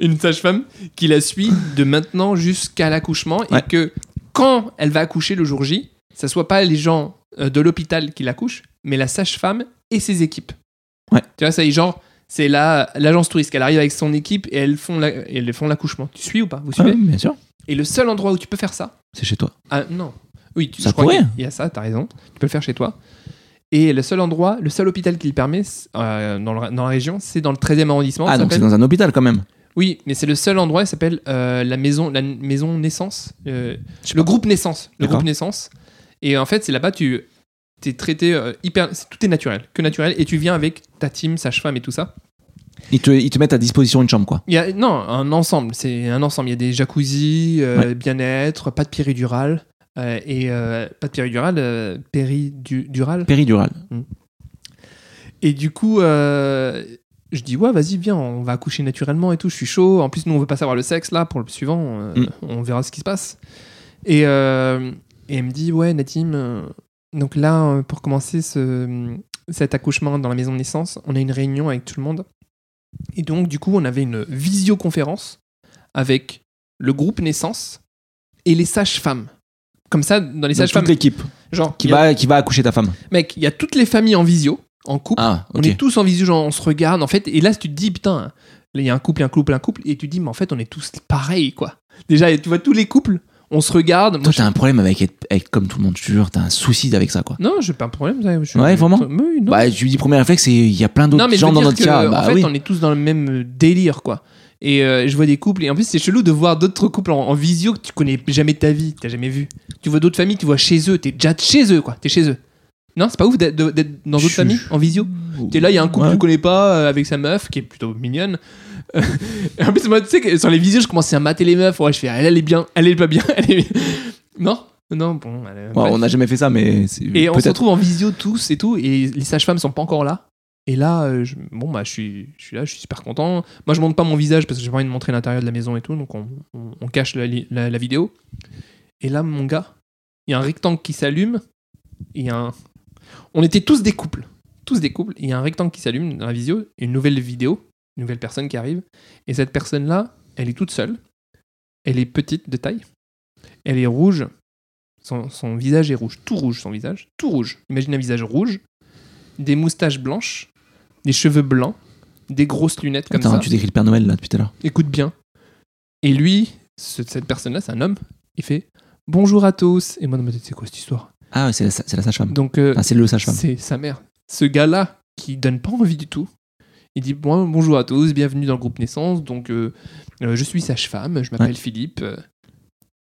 [SPEAKER 2] une sage-femme qui la suit de maintenant jusqu'à l'accouchement
[SPEAKER 1] Ouais.
[SPEAKER 2] et que quand elle va accoucher le jour J, ça soit pas les gens euh, de l'hôpital qui l'accouchent, mais la sage-femme et ses équipes.
[SPEAKER 1] Ouais.
[SPEAKER 2] Tu vois, ça y est, genre, c'est la- l'agence touriste qu'elle arrive avec son équipe et elles font la- et elles font l'accouchement. tu suis ou pas Vous
[SPEAKER 1] Ah Ouais,
[SPEAKER 2] suivez
[SPEAKER 1] bien sûr,
[SPEAKER 2] Et le seul endroit où tu peux faire ça,
[SPEAKER 1] c'est chez toi.
[SPEAKER 2] ah non. Oui, tu,
[SPEAKER 1] Ça
[SPEAKER 2] je crois
[SPEAKER 1] pourrait.
[SPEAKER 2] qu'il y a- Il y a ça, t'as raison. Tu peux le faire chez toi. Et le seul endroit, le seul hôpital qui le permet c'est, euh, dans, le- dans la région, c'est dans le 13e arrondissement.
[SPEAKER 1] Ah,
[SPEAKER 2] ça
[SPEAKER 1] donc c'est
[SPEAKER 2] s'appelle-
[SPEAKER 1] dans un hôpital quand même.
[SPEAKER 2] Oui, mais c'est le seul endroit, il s'appelle euh, la, maison, la maison Naissance. euh, le groupe Naissance. Le
[SPEAKER 1] D'accord.
[SPEAKER 2] groupe Naissance. Et en fait, c'est là-bas, tu es traité euh, hyper. c'est- Tout est naturel, que naturel. Et tu viens avec ta team, sage-femme et tout ça.
[SPEAKER 1] Ils te, ils te mettent à disposition une chambre, quoi.
[SPEAKER 2] Il y a, non, un ensemble. C'est un ensemble. Il y a des jacuzzi, euh, bien-être, pas de péridurale. euh, et euh, pas de péridurale, euh, péridurale.
[SPEAKER 1] Péridurale.
[SPEAKER 2] Et du coup, euh, je dis, ouais, vas-y, viens, on va accoucher naturellement et tout, je suis chaud. En plus, nous, on veut pas savoir le sexe, là, pour le suivant, euh,
[SPEAKER 1] Mm.
[SPEAKER 2] on verra ce qui se passe. Et, euh, et elle me dit, ouais, Natim, euh, donc là, euh, pour commencer ce, cet accouchement dans la maison de naissance, on a une réunion avec tout le monde. Et donc, du coup, on avait une visioconférence avec le groupe naissance et les sages-femmes. Comme ça, dans les
[SPEAKER 1] Donc, toute
[SPEAKER 2] sages-femmes,
[SPEAKER 1] l'équipe
[SPEAKER 2] genre,
[SPEAKER 1] qui
[SPEAKER 2] il y a-
[SPEAKER 1] va, qui va accoucher ta femme.
[SPEAKER 2] mec, il y a toutes les familles en visio, en couple.
[SPEAKER 1] Ah,
[SPEAKER 2] On
[SPEAKER 1] ok.
[SPEAKER 2] est tous en visu, genre on se regarde en fait, et là tu te dis putain, là, il y a un couple, un couple, un couple, et tu te dis mais en fait on est tous pareils quoi. Déjà tu vois tous les couples, on se regarde. Moi,
[SPEAKER 1] Toi, t'as un problème avec être, être comme tout le monde, je te jure, t'as un souci avec ça, quoi.
[SPEAKER 2] je- Non, j'ai pas un problème. ça, je suis-
[SPEAKER 1] Ouais, vraiment
[SPEAKER 2] Mais oui, non.
[SPEAKER 1] Bah, tu me dis, premier réflexe, c'est il y a plein
[SPEAKER 2] Non,
[SPEAKER 1] d'autres
[SPEAKER 2] mais je
[SPEAKER 1] gens
[SPEAKER 2] veux
[SPEAKER 1] dans
[SPEAKER 2] dire
[SPEAKER 1] notre
[SPEAKER 2] que,
[SPEAKER 1] cas.
[SPEAKER 2] en
[SPEAKER 1] Bah
[SPEAKER 2] fait
[SPEAKER 1] oui.
[SPEAKER 2] on est tous dans le même euh, délire quoi. Et euh, je vois des couples, et en plus c'est chelou de voir d'autres couples en, en visio que tu connais jamais de ta vie, que t'as jamais vu. Tu vois d'autres familles, tu vois chez eux, t'es déjà chez eux quoi, t'es chez eux. Non, c'est pas ouf d'être de- d'être dans d'autres
[SPEAKER 1] Je-
[SPEAKER 2] familles en visio T'es là, il y a un couple
[SPEAKER 1] Ouais.
[SPEAKER 2] que tu connais pas euh, avec sa meuf qui est plutôt mignonne. Euh, en plus, moi, tu sais que sur les visios, je commençais à mater les meufs. Ouais, je fais, elle, elle est bien, elle est pas bien, elle est. Non, non, bon. elle est-
[SPEAKER 1] Ouais,
[SPEAKER 2] bref.
[SPEAKER 1] on n'a jamais fait ça, mais c'est-
[SPEAKER 2] Et on se
[SPEAKER 1] peut-être.
[SPEAKER 2] retrouve en visio tous et tout, et les sages-femmes sont pas encore là. Et là, euh, je, bon, bah, je suis, je suis là, je suis super content. Moi, je montre pas mon visage parce que j'ai pas envie de montrer l'intérieur de la maison et tout, donc on, on- on cache la, li- la- la vidéo. Et là, mon gars, il y a un rectangle qui s'allume, et il y a un. On était tous des couples, tous des couples, et il y a un rectangle qui s'allume dans la visio, et une nouvelle vidéo, une nouvelle personne qui arrive, et cette personne-là, elle est toute seule, elle est petite de taille, elle est rouge, son, son visage est rouge, tout rouge son visage, tout rouge. Imagine un visage rouge, des moustaches blanches, des cheveux blancs, des grosses lunettes comme
[SPEAKER 1] Attends,
[SPEAKER 2] ça.
[SPEAKER 1] tu décris le Père Noël là depuis tout à l'heure.
[SPEAKER 2] Écoute bien. Et lui, ce- cette personne-là, c'est un homme, il fait bonjour à tous. Et moi, dans ma tête, c'est quoi cette histoire
[SPEAKER 1] Ah, ouais, c'est la, c'est la sage-femme.
[SPEAKER 2] Donc, euh,
[SPEAKER 1] Ah, c'est le sage-femme.
[SPEAKER 2] c'est sa mère. Ce gars-là, qui donne pas envie du tout, il dit bon, bonjour à tous, bienvenue dans le groupe Naissance. Donc, euh, euh, je suis sage-femme, je m'appelle
[SPEAKER 1] Ouais.
[SPEAKER 2] Philippe. euh.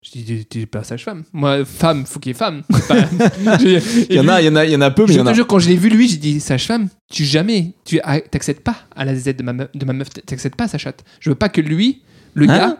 [SPEAKER 2] je dis T'es- t'es pas sage-femme. Moi, femme, faut qu'il y ait femme. C'est pas- Je-
[SPEAKER 1] Il y, en a, il, y en a, il y en a peu, mais il
[SPEAKER 2] Je
[SPEAKER 1] y en
[SPEAKER 2] te
[SPEAKER 1] a.
[SPEAKER 2] jure, quand je l'ai vu, lui, j'ai dit Sage-femme, tu jamais, tu a- t'acceptes pas à la Z de ma, meuf- de ma meuf, t'acceptes pas sa chatte. Je veux pas que lui, le
[SPEAKER 1] Hein
[SPEAKER 2] gars.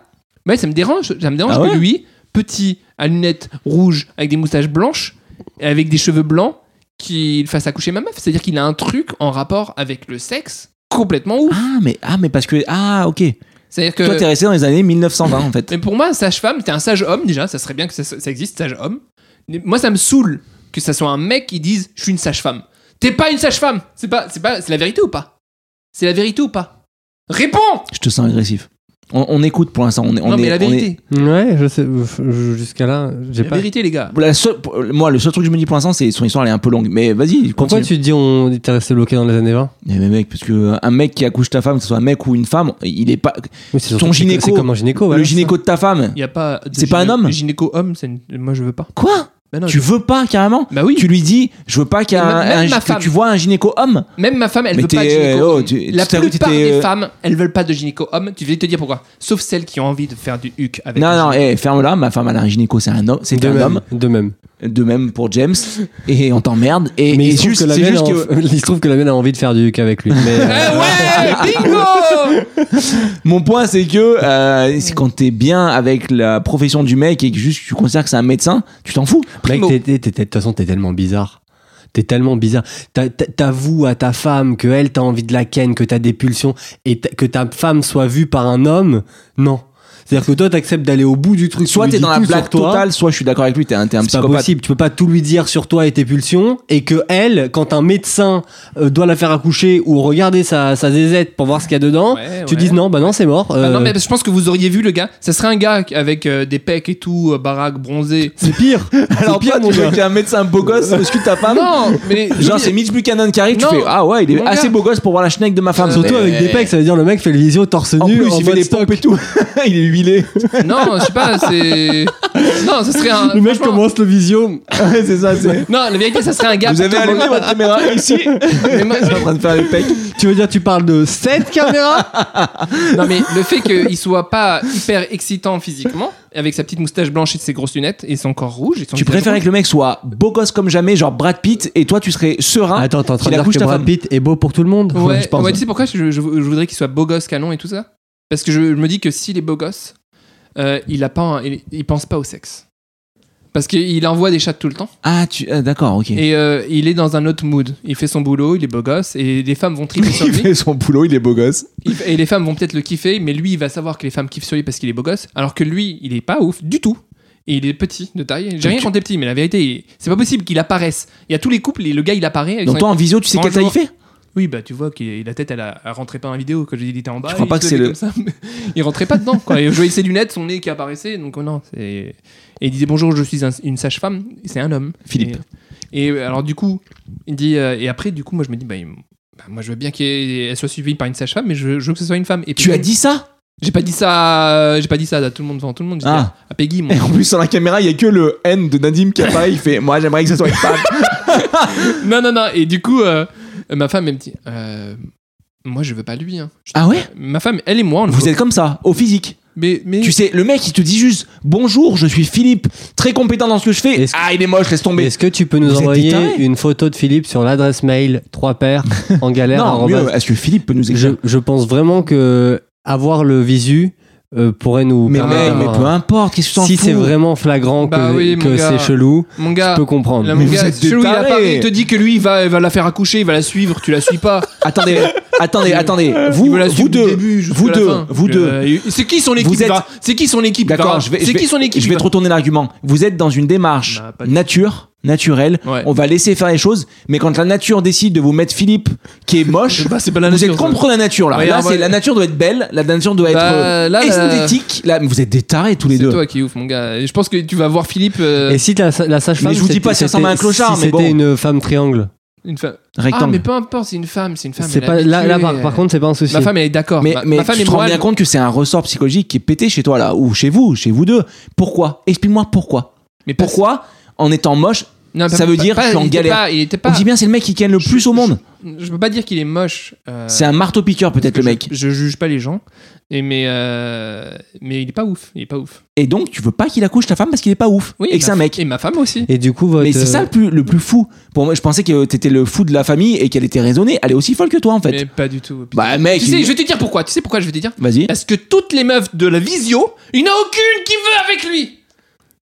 [SPEAKER 2] Ouais, ça me dérange, ça me dérange
[SPEAKER 1] Ah
[SPEAKER 2] que
[SPEAKER 1] ouais
[SPEAKER 2] lui, petit, à lunettes rouges, avec des moustaches blanches, et avec des cheveux blancs, qu'il fasse accoucher ma meuf. C'est-à-dire qu'il a un truc en rapport avec le sexe complètement ouf.
[SPEAKER 1] Ah mais, ah, mais parce que. Ah, ok.
[SPEAKER 2] C'est-à-dire
[SPEAKER 1] Toi, t'es
[SPEAKER 2] que.
[SPEAKER 1] resté dans les années 1920, en fait.
[SPEAKER 2] Mais pour moi, sage-femme, t'es un sage homme déjà, ça serait bien que ça, ça existe, sage homme. Mais Moi, ça me saoule que ça soit un mec qui dise je suis une sage-femme. T'es pas une sage-femme. C'est pas, c'est pas, c'est la vérité ou pas C'est la vérité ou pas Réponds
[SPEAKER 1] Je te sens agressif. On, on écoute pour l'instant. On, est- on
[SPEAKER 2] Non,
[SPEAKER 1] est,
[SPEAKER 2] mais la
[SPEAKER 1] on est-
[SPEAKER 2] vérité.
[SPEAKER 7] Ouais, je sais. je- Jusqu'à là, j'ai
[SPEAKER 2] La
[SPEAKER 7] pas.
[SPEAKER 2] vérité, les gars.
[SPEAKER 1] La seule- moi, le seul truc que je me dis pour l'instant, c'est son histoire, elle est un peu longue. Mais vas-y,
[SPEAKER 7] Pourquoi
[SPEAKER 1] continue. Eh,
[SPEAKER 7] tu te dis on t'es resté bloqué dans les années 20
[SPEAKER 1] Mais, mais mec, parce que euh, un mec qui accouche ta femme, que ce soit un mec ou une femme, il est pas.
[SPEAKER 7] Oui,
[SPEAKER 1] Ton
[SPEAKER 7] c'est surtout que c'est-
[SPEAKER 1] gynéco.
[SPEAKER 7] C'est comme un gynéco. voilà,
[SPEAKER 1] le
[SPEAKER 7] c'est Oh, bah ça.
[SPEAKER 1] gynéco de ta femme.
[SPEAKER 2] Il y a pas. de
[SPEAKER 1] C'est pas un
[SPEAKER 2] gyné-
[SPEAKER 1] homme
[SPEAKER 2] Gynéco homme, c'est une- moi je veux pas.
[SPEAKER 1] Quoi
[SPEAKER 2] Bah non,
[SPEAKER 1] Tu
[SPEAKER 2] je-
[SPEAKER 1] veux pas carrément
[SPEAKER 2] Bah oui.
[SPEAKER 1] Tu lui dis, je veux pas qu'il y ait
[SPEAKER 2] Mais
[SPEAKER 1] un-
[SPEAKER 2] même
[SPEAKER 1] un-
[SPEAKER 2] ma
[SPEAKER 1] que
[SPEAKER 2] femme.
[SPEAKER 1] tu vois un gynéco homme.
[SPEAKER 2] Même ma femme, elle
[SPEAKER 1] Mais
[SPEAKER 2] veut pas de
[SPEAKER 1] t'es,
[SPEAKER 2] gynéco.
[SPEAKER 1] euh, oh,
[SPEAKER 2] homme.
[SPEAKER 1] tu-
[SPEAKER 2] la
[SPEAKER 1] tu t'as vu,
[SPEAKER 2] plupart
[SPEAKER 1] t'étais,
[SPEAKER 2] des
[SPEAKER 1] euh,
[SPEAKER 2] femmes, elles veulent pas de gynéco homme. Tu vais te dire pourquoi. Sauf celles qui ont envie de faire du huc avec.
[SPEAKER 1] Non,
[SPEAKER 2] un
[SPEAKER 1] non,
[SPEAKER 2] gynéco.
[SPEAKER 1] eh, ferme-la. Ma femme, elle a un gynéco, c'est un homme. C'est
[SPEAKER 7] De
[SPEAKER 1] un homme.
[SPEAKER 7] même. De même.
[SPEAKER 1] De même pour James. Et on t'emmerde. Et,
[SPEAKER 7] Mais
[SPEAKER 1] et
[SPEAKER 7] il se trouve
[SPEAKER 1] juste,
[SPEAKER 7] que la
[SPEAKER 1] c'est
[SPEAKER 7] mienne
[SPEAKER 1] juste
[SPEAKER 7] a-
[SPEAKER 1] que Ah
[SPEAKER 7] il se trouve que la mienne a envie de faire du huc avec lui. Mais,
[SPEAKER 2] Eh
[SPEAKER 7] euh,
[SPEAKER 2] ouais, bingo
[SPEAKER 1] mon point, c'est que euh, c'est quand t'es bien avec la profession du mec et que juste tu considères que c'est un médecin, tu t'en fous.
[SPEAKER 7] Mec,
[SPEAKER 2] Primo.
[SPEAKER 7] t'es- t'es- t'es- de toute façon, t'es tellement bizarre. T'es tellement bizarre. T'a- t'a- T'avoues à ta femme que elle, t'as envie de la ken, que t'as des pulsions, et t'a- que ta femme soit vue par un homme. Non. C'est-à-dire que toi, t'acceptes d'aller au bout du truc. tu
[SPEAKER 1] Soit
[SPEAKER 7] lui
[SPEAKER 1] t'es
[SPEAKER 7] dis
[SPEAKER 1] dans la
[SPEAKER 7] tout sur
[SPEAKER 1] blague
[SPEAKER 7] toi.
[SPEAKER 1] totale, soit je suis d'accord avec lui, t'es un, t'es un
[SPEAKER 7] C'est pas
[SPEAKER 1] psychopathe.
[SPEAKER 7] possible. Tu peux pas tout lui dire sur toi et tes pulsions, et que elle, quand un médecin euh, doit la faire accoucher ou regarder sa, sa zézette pour voir ce qu'il y a dedans,
[SPEAKER 2] Ouais,
[SPEAKER 7] tu
[SPEAKER 2] ouais.
[SPEAKER 7] dises non, bah non, c'est mort.
[SPEAKER 2] Bah
[SPEAKER 7] euh,
[SPEAKER 2] non, mais je pense que vous auriez vu le gars. Ça serait un gars avec euh, des pecs et tout, euh, baraque, bronzé.
[SPEAKER 7] C'est pire.
[SPEAKER 1] Alors
[SPEAKER 7] c'est pire,
[SPEAKER 1] toi,
[SPEAKER 7] mon
[SPEAKER 1] tu veux
[SPEAKER 7] gars.
[SPEAKER 1] qu'il y ait un médecin beau gosse ausculte ta femme
[SPEAKER 2] Ah non, mais.
[SPEAKER 1] Genre c'est Mitch Buchanan qui arrive, tu
[SPEAKER 2] Non,
[SPEAKER 1] fais ah ouais, il est
[SPEAKER 2] mon
[SPEAKER 1] assez
[SPEAKER 2] gars.
[SPEAKER 1] beau gosse pour voir la schneck de ma femme.
[SPEAKER 7] Surtout
[SPEAKER 1] Mais-
[SPEAKER 7] avec des pecs, ça veut dire le mec fait le visio torse
[SPEAKER 1] En
[SPEAKER 7] nu.
[SPEAKER 1] plus,
[SPEAKER 7] en
[SPEAKER 1] il fait
[SPEAKER 7] mode
[SPEAKER 1] des
[SPEAKER 7] stock.
[SPEAKER 1] pompes et tout. il est huilé.
[SPEAKER 2] Non, je sais pas, c'est. Non, ça serait un.
[SPEAKER 7] Le mec
[SPEAKER 2] franchement-
[SPEAKER 7] commence le visio.
[SPEAKER 1] Ouais, c'est ça. c'est-
[SPEAKER 2] Non, la vérité, ça serait un gars.
[SPEAKER 1] Vous avez allumé votre caméra ici
[SPEAKER 2] Mais moi-
[SPEAKER 1] Je suis en train de faire les pecs.
[SPEAKER 7] Tu veux dire, tu parles de cette caméra
[SPEAKER 2] Non, mais le fait qu'il soit pas hyper excitant physiquement, avec sa petite moustache blanche et ses grosses lunettes et son corps rouge. Et son
[SPEAKER 1] Tu
[SPEAKER 2] visage
[SPEAKER 1] préférais
[SPEAKER 2] rouge.
[SPEAKER 1] que le mec soit beau gosse comme jamais, genre Brad Pitt, et toi tu serais serein.
[SPEAKER 7] Attends, t'es en
[SPEAKER 1] qu'il
[SPEAKER 7] train de dire
[SPEAKER 1] Hein? accouche
[SPEAKER 7] que
[SPEAKER 1] ta
[SPEAKER 7] Brad
[SPEAKER 1] femme.
[SPEAKER 7] Pitt est beau pour tout le monde
[SPEAKER 2] Ouais,
[SPEAKER 7] je pense.
[SPEAKER 2] ouais, tu sais pourquoi je, je- je voudrais qu'il soit beau gosse, canon et tout ça Parce que je, je me dis que s'il est beau gosse, euh, il, a pas un- il, il pense pas au sexe. Parce qu'il envoie des chats tout le temps.
[SPEAKER 1] Ah, tu... ah, d'accord, ok.
[SPEAKER 2] Et euh, il est dans un autre mood. Il fait son boulot, il est beau gosse, et les femmes vont triper sur
[SPEAKER 1] Il
[SPEAKER 2] lui.
[SPEAKER 1] fait son boulot, il est beau gosse.
[SPEAKER 2] Il- Et les femmes vont peut-être le kiffer, mais lui, il va savoir que les femmes kiffent sur lui parce qu'il est beau gosse, alors que lui, il est pas ouf du tout. Et il est petit de taille. J'ai rien contre les petits, mais la vérité, il- c'est pas possible qu'il apparaisse. Il y a tous les couples, et le gars, il apparaît. avec
[SPEAKER 1] Donc
[SPEAKER 2] son-
[SPEAKER 1] toi en visio, tu sais quel
[SPEAKER 2] Bonjour.
[SPEAKER 1] tas il fait
[SPEAKER 2] Oui, bah tu vois que la tête, elle, a, elle rentrait pas dans la vidéo quand j'ai dit il était en bas.
[SPEAKER 1] Je crois
[SPEAKER 2] il
[SPEAKER 1] pas que
[SPEAKER 2] se
[SPEAKER 1] c'est
[SPEAKER 2] levait
[SPEAKER 1] le-
[SPEAKER 2] comme ça, mais il rentrait pas dedans, quoi. Et je voyais ses lunettes, son nez qui apparaissait, donc oh non. c'est- Et il disait bonjour, je suis un- une sage-femme, c'est un homme.
[SPEAKER 1] Philippe.
[SPEAKER 2] Et, et alors du coup, il dit. euh, et après, du coup, moi je me dis, bah, il- bah, moi je veux bien qu'elle soit suivie par une sage-femme, mais je, je veux que ce soit une femme. Et
[SPEAKER 1] Tu
[SPEAKER 2] puis-
[SPEAKER 1] as dit ça
[SPEAKER 2] J'ai pas dit ça, à- j'ai pas dit ça à tout le monde devant tout le monde. J'ai dit
[SPEAKER 1] Ah.
[SPEAKER 2] à- à Peggy, mon.
[SPEAKER 1] Et en plus, sur la caméra, il y a que le N de Nadim qui apparaît. Il fait Moi, j'aimerais que ce soit une femme.
[SPEAKER 2] non, non, non. Et du coup, euh, ma femme, elle me dit, euh, moi je veux pas lui. hein. Je dis,
[SPEAKER 1] Ah ouais
[SPEAKER 2] bah, Ma femme, elle et moi, on le
[SPEAKER 1] Vous
[SPEAKER 2] voit-
[SPEAKER 1] êtes comme ça, au physique.
[SPEAKER 2] Mais, mais...
[SPEAKER 1] Tu sais, le mec, il te dit juste Bonjour, je suis Philippe, très compétent dans ce que je fais.
[SPEAKER 7] Est-ce que-
[SPEAKER 1] Ah, il est moche, laisse tomber.
[SPEAKER 7] Est-ce que tu peux nous
[SPEAKER 1] Vous êtes
[SPEAKER 7] envoyer
[SPEAKER 1] détaré
[SPEAKER 7] une photo de Philippe sur l'adresse mail 3 pères en galère
[SPEAKER 1] Non, mieux,
[SPEAKER 7] arrobase-
[SPEAKER 1] est-ce que Philippe peut nous
[SPEAKER 7] je,
[SPEAKER 1] écrire
[SPEAKER 7] je pense vraiment que avoir le visu euh, pourrait nous.
[SPEAKER 1] Mais
[SPEAKER 7] permettre
[SPEAKER 1] mec, mais
[SPEAKER 7] d'avoir
[SPEAKER 1] peu
[SPEAKER 7] un-
[SPEAKER 1] importe, qu'est-ce que tu t'en
[SPEAKER 7] Si
[SPEAKER 1] fous
[SPEAKER 7] c'est vraiment flagrant que,
[SPEAKER 2] Bah oui, mon
[SPEAKER 7] que
[SPEAKER 2] gars. Ah,
[SPEAKER 7] c'est chelou,
[SPEAKER 2] mon
[SPEAKER 7] je
[SPEAKER 2] gars,
[SPEAKER 7] peux comprendre.
[SPEAKER 2] là,
[SPEAKER 1] Mais
[SPEAKER 2] mon
[SPEAKER 1] vous
[SPEAKER 2] gars,
[SPEAKER 1] êtes
[SPEAKER 2] chelou, il
[SPEAKER 1] détarés.
[SPEAKER 2] apparaît, il te dit que lui, il va, il va la faire accoucher, il va la suivre, tu la suis pas.
[SPEAKER 1] Attendez, attendez, attendez.
[SPEAKER 2] Il
[SPEAKER 1] Vous,
[SPEAKER 2] veut la
[SPEAKER 1] vous
[SPEAKER 2] suivre du
[SPEAKER 1] deux,
[SPEAKER 2] début jusqu'à
[SPEAKER 1] vous
[SPEAKER 2] la
[SPEAKER 1] deux,
[SPEAKER 2] fin.
[SPEAKER 1] vous deux.
[SPEAKER 2] Euh, c'est qui son équipe
[SPEAKER 1] Vous êtes-
[SPEAKER 2] va C'est qui son équipe
[SPEAKER 1] D'accord,
[SPEAKER 2] va
[SPEAKER 1] je vais,
[SPEAKER 2] C'est
[SPEAKER 1] je vais-
[SPEAKER 2] qui son équipe
[SPEAKER 1] Je vais te
[SPEAKER 2] va
[SPEAKER 1] retourner l'argument. Vous êtes dans une démarche
[SPEAKER 2] Bah, pas du tout.
[SPEAKER 1] nature, naturelle.
[SPEAKER 2] Ouais.
[SPEAKER 1] On va laisser faire les choses. Mais quand la nature décide de vous mettre Philippe, qui est moche,
[SPEAKER 2] Bah, c'est pas la
[SPEAKER 1] vous
[SPEAKER 2] nature,
[SPEAKER 1] êtes
[SPEAKER 2] ça.
[SPEAKER 1] contre la nature là.
[SPEAKER 2] Ouais,
[SPEAKER 1] là,
[SPEAKER 2] alors,
[SPEAKER 1] c'est
[SPEAKER 2] bah,
[SPEAKER 1] la nature doit être belle, la nature doit être
[SPEAKER 2] Bah,
[SPEAKER 1] euh,
[SPEAKER 2] là, la-
[SPEAKER 1] esthétique. Là, vous êtes des tarés tous les
[SPEAKER 2] C'est
[SPEAKER 1] deux.
[SPEAKER 2] toi qui est ouf, mon gars. Et Je pense que tu vas voir Philippe, euh,
[SPEAKER 7] Et si la, la sage-femme.
[SPEAKER 1] Mais je vous dis
[SPEAKER 7] c'était-
[SPEAKER 1] pas si ça ressemble à un
[SPEAKER 7] c'était-
[SPEAKER 1] clochard,
[SPEAKER 7] si
[SPEAKER 1] mais
[SPEAKER 7] c'était
[SPEAKER 1] bon.
[SPEAKER 7] une femme triangle.
[SPEAKER 2] une femme. Ah, mais
[SPEAKER 1] Rectangle.
[SPEAKER 2] peu importe, c'est une femme, c'est une femme.
[SPEAKER 7] C'est
[SPEAKER 2] elle
[SPEAKER 7] pas,
[SPEAKER 2] est
[SPEAKER 7] là, là,
[SPEAKER 2] habituée,
[SPEAKER 7] par, par
[SPEAKER 2] euh,
[SPEAKER 7] contre, c'est pas un souci.
[SPEAKER 2] Ma femme elle est d'accord.
[SPEAKER 1] mais
[SPEAKER 2] ma,
[SPEAKER 1] mais
[SPEAKER 2] ma femme
[SPEAKER 1] tu
[SPEAKER 2] et
[SPEAKER 1] te rends
[SPEAKER 2] moi.
[SPEAKER 1] bien compte que c'est un ressort psychologique qui est pété chez toi là, ou chez vous, chez vous deux. Pourquoi Explique-moi pourquoi.
[SPEAKER 2] Mais parce-
[SPEAKER 1] Pourquoi en étant moche,
[SPEAKER 2] Non,
[SPEAKER 1] Ça veut dire que je suis en
[SPEAKER 2] il était
[SPEAKER 1] galère.
[SPEAKER 2] pas- il était
[SPEAKER 1] on
[SPEAKER 2] pas.
[SPEAKER 1] dit bien c'est le mec qui gagne le plus au monde.
[SPEAKER 2] Je peux pas dire qu'il est moche. euh,
[SPEAKER 1] C'est un marteau piqueur peut-être
[SPEAKER 2] parce
[SPEAKER 1] le
[SPEAKER 2] que
[SPEAKER 1] mec.
[SPEAKER 2] Je, je juge pas les gens. Et mais euh, mais il est pas ouf. Il est pas ouf.
[SPEAKER 1] Et donc tu veux pas qu'il accouche ta femme parce qu'il est pas ouf et
[SPEAKER 2] ma-
[SPEAKER 1] que c'est un mec.
[SPEAKER 2] Et ma femme aussi.
[SPEAKER 7] Et du coup, votre.
[SPEAKER 1] Mais
[SPEAKER 2] euh,
[SPEAKER 1] c'est ça le plus, le plus fou. Pour moi, je pensais que t'étais le fou de la famille et qu'elle était raisonnée. Elle est aussi folle que toi en fait.
[SPEAKER 2] Mais pas du tout.
[SPEAKER 1] Bah mec,
[SPEAKER 2] tu sais, je Ah, vais te dire pourquoi. Tu sais pourquoi je vais te dire.
[SPEAKER 1] vas-y.
[SPEAKER 2] Parce que toutes les meufs de la visio, il n'y en a aucune qui veut avec lui.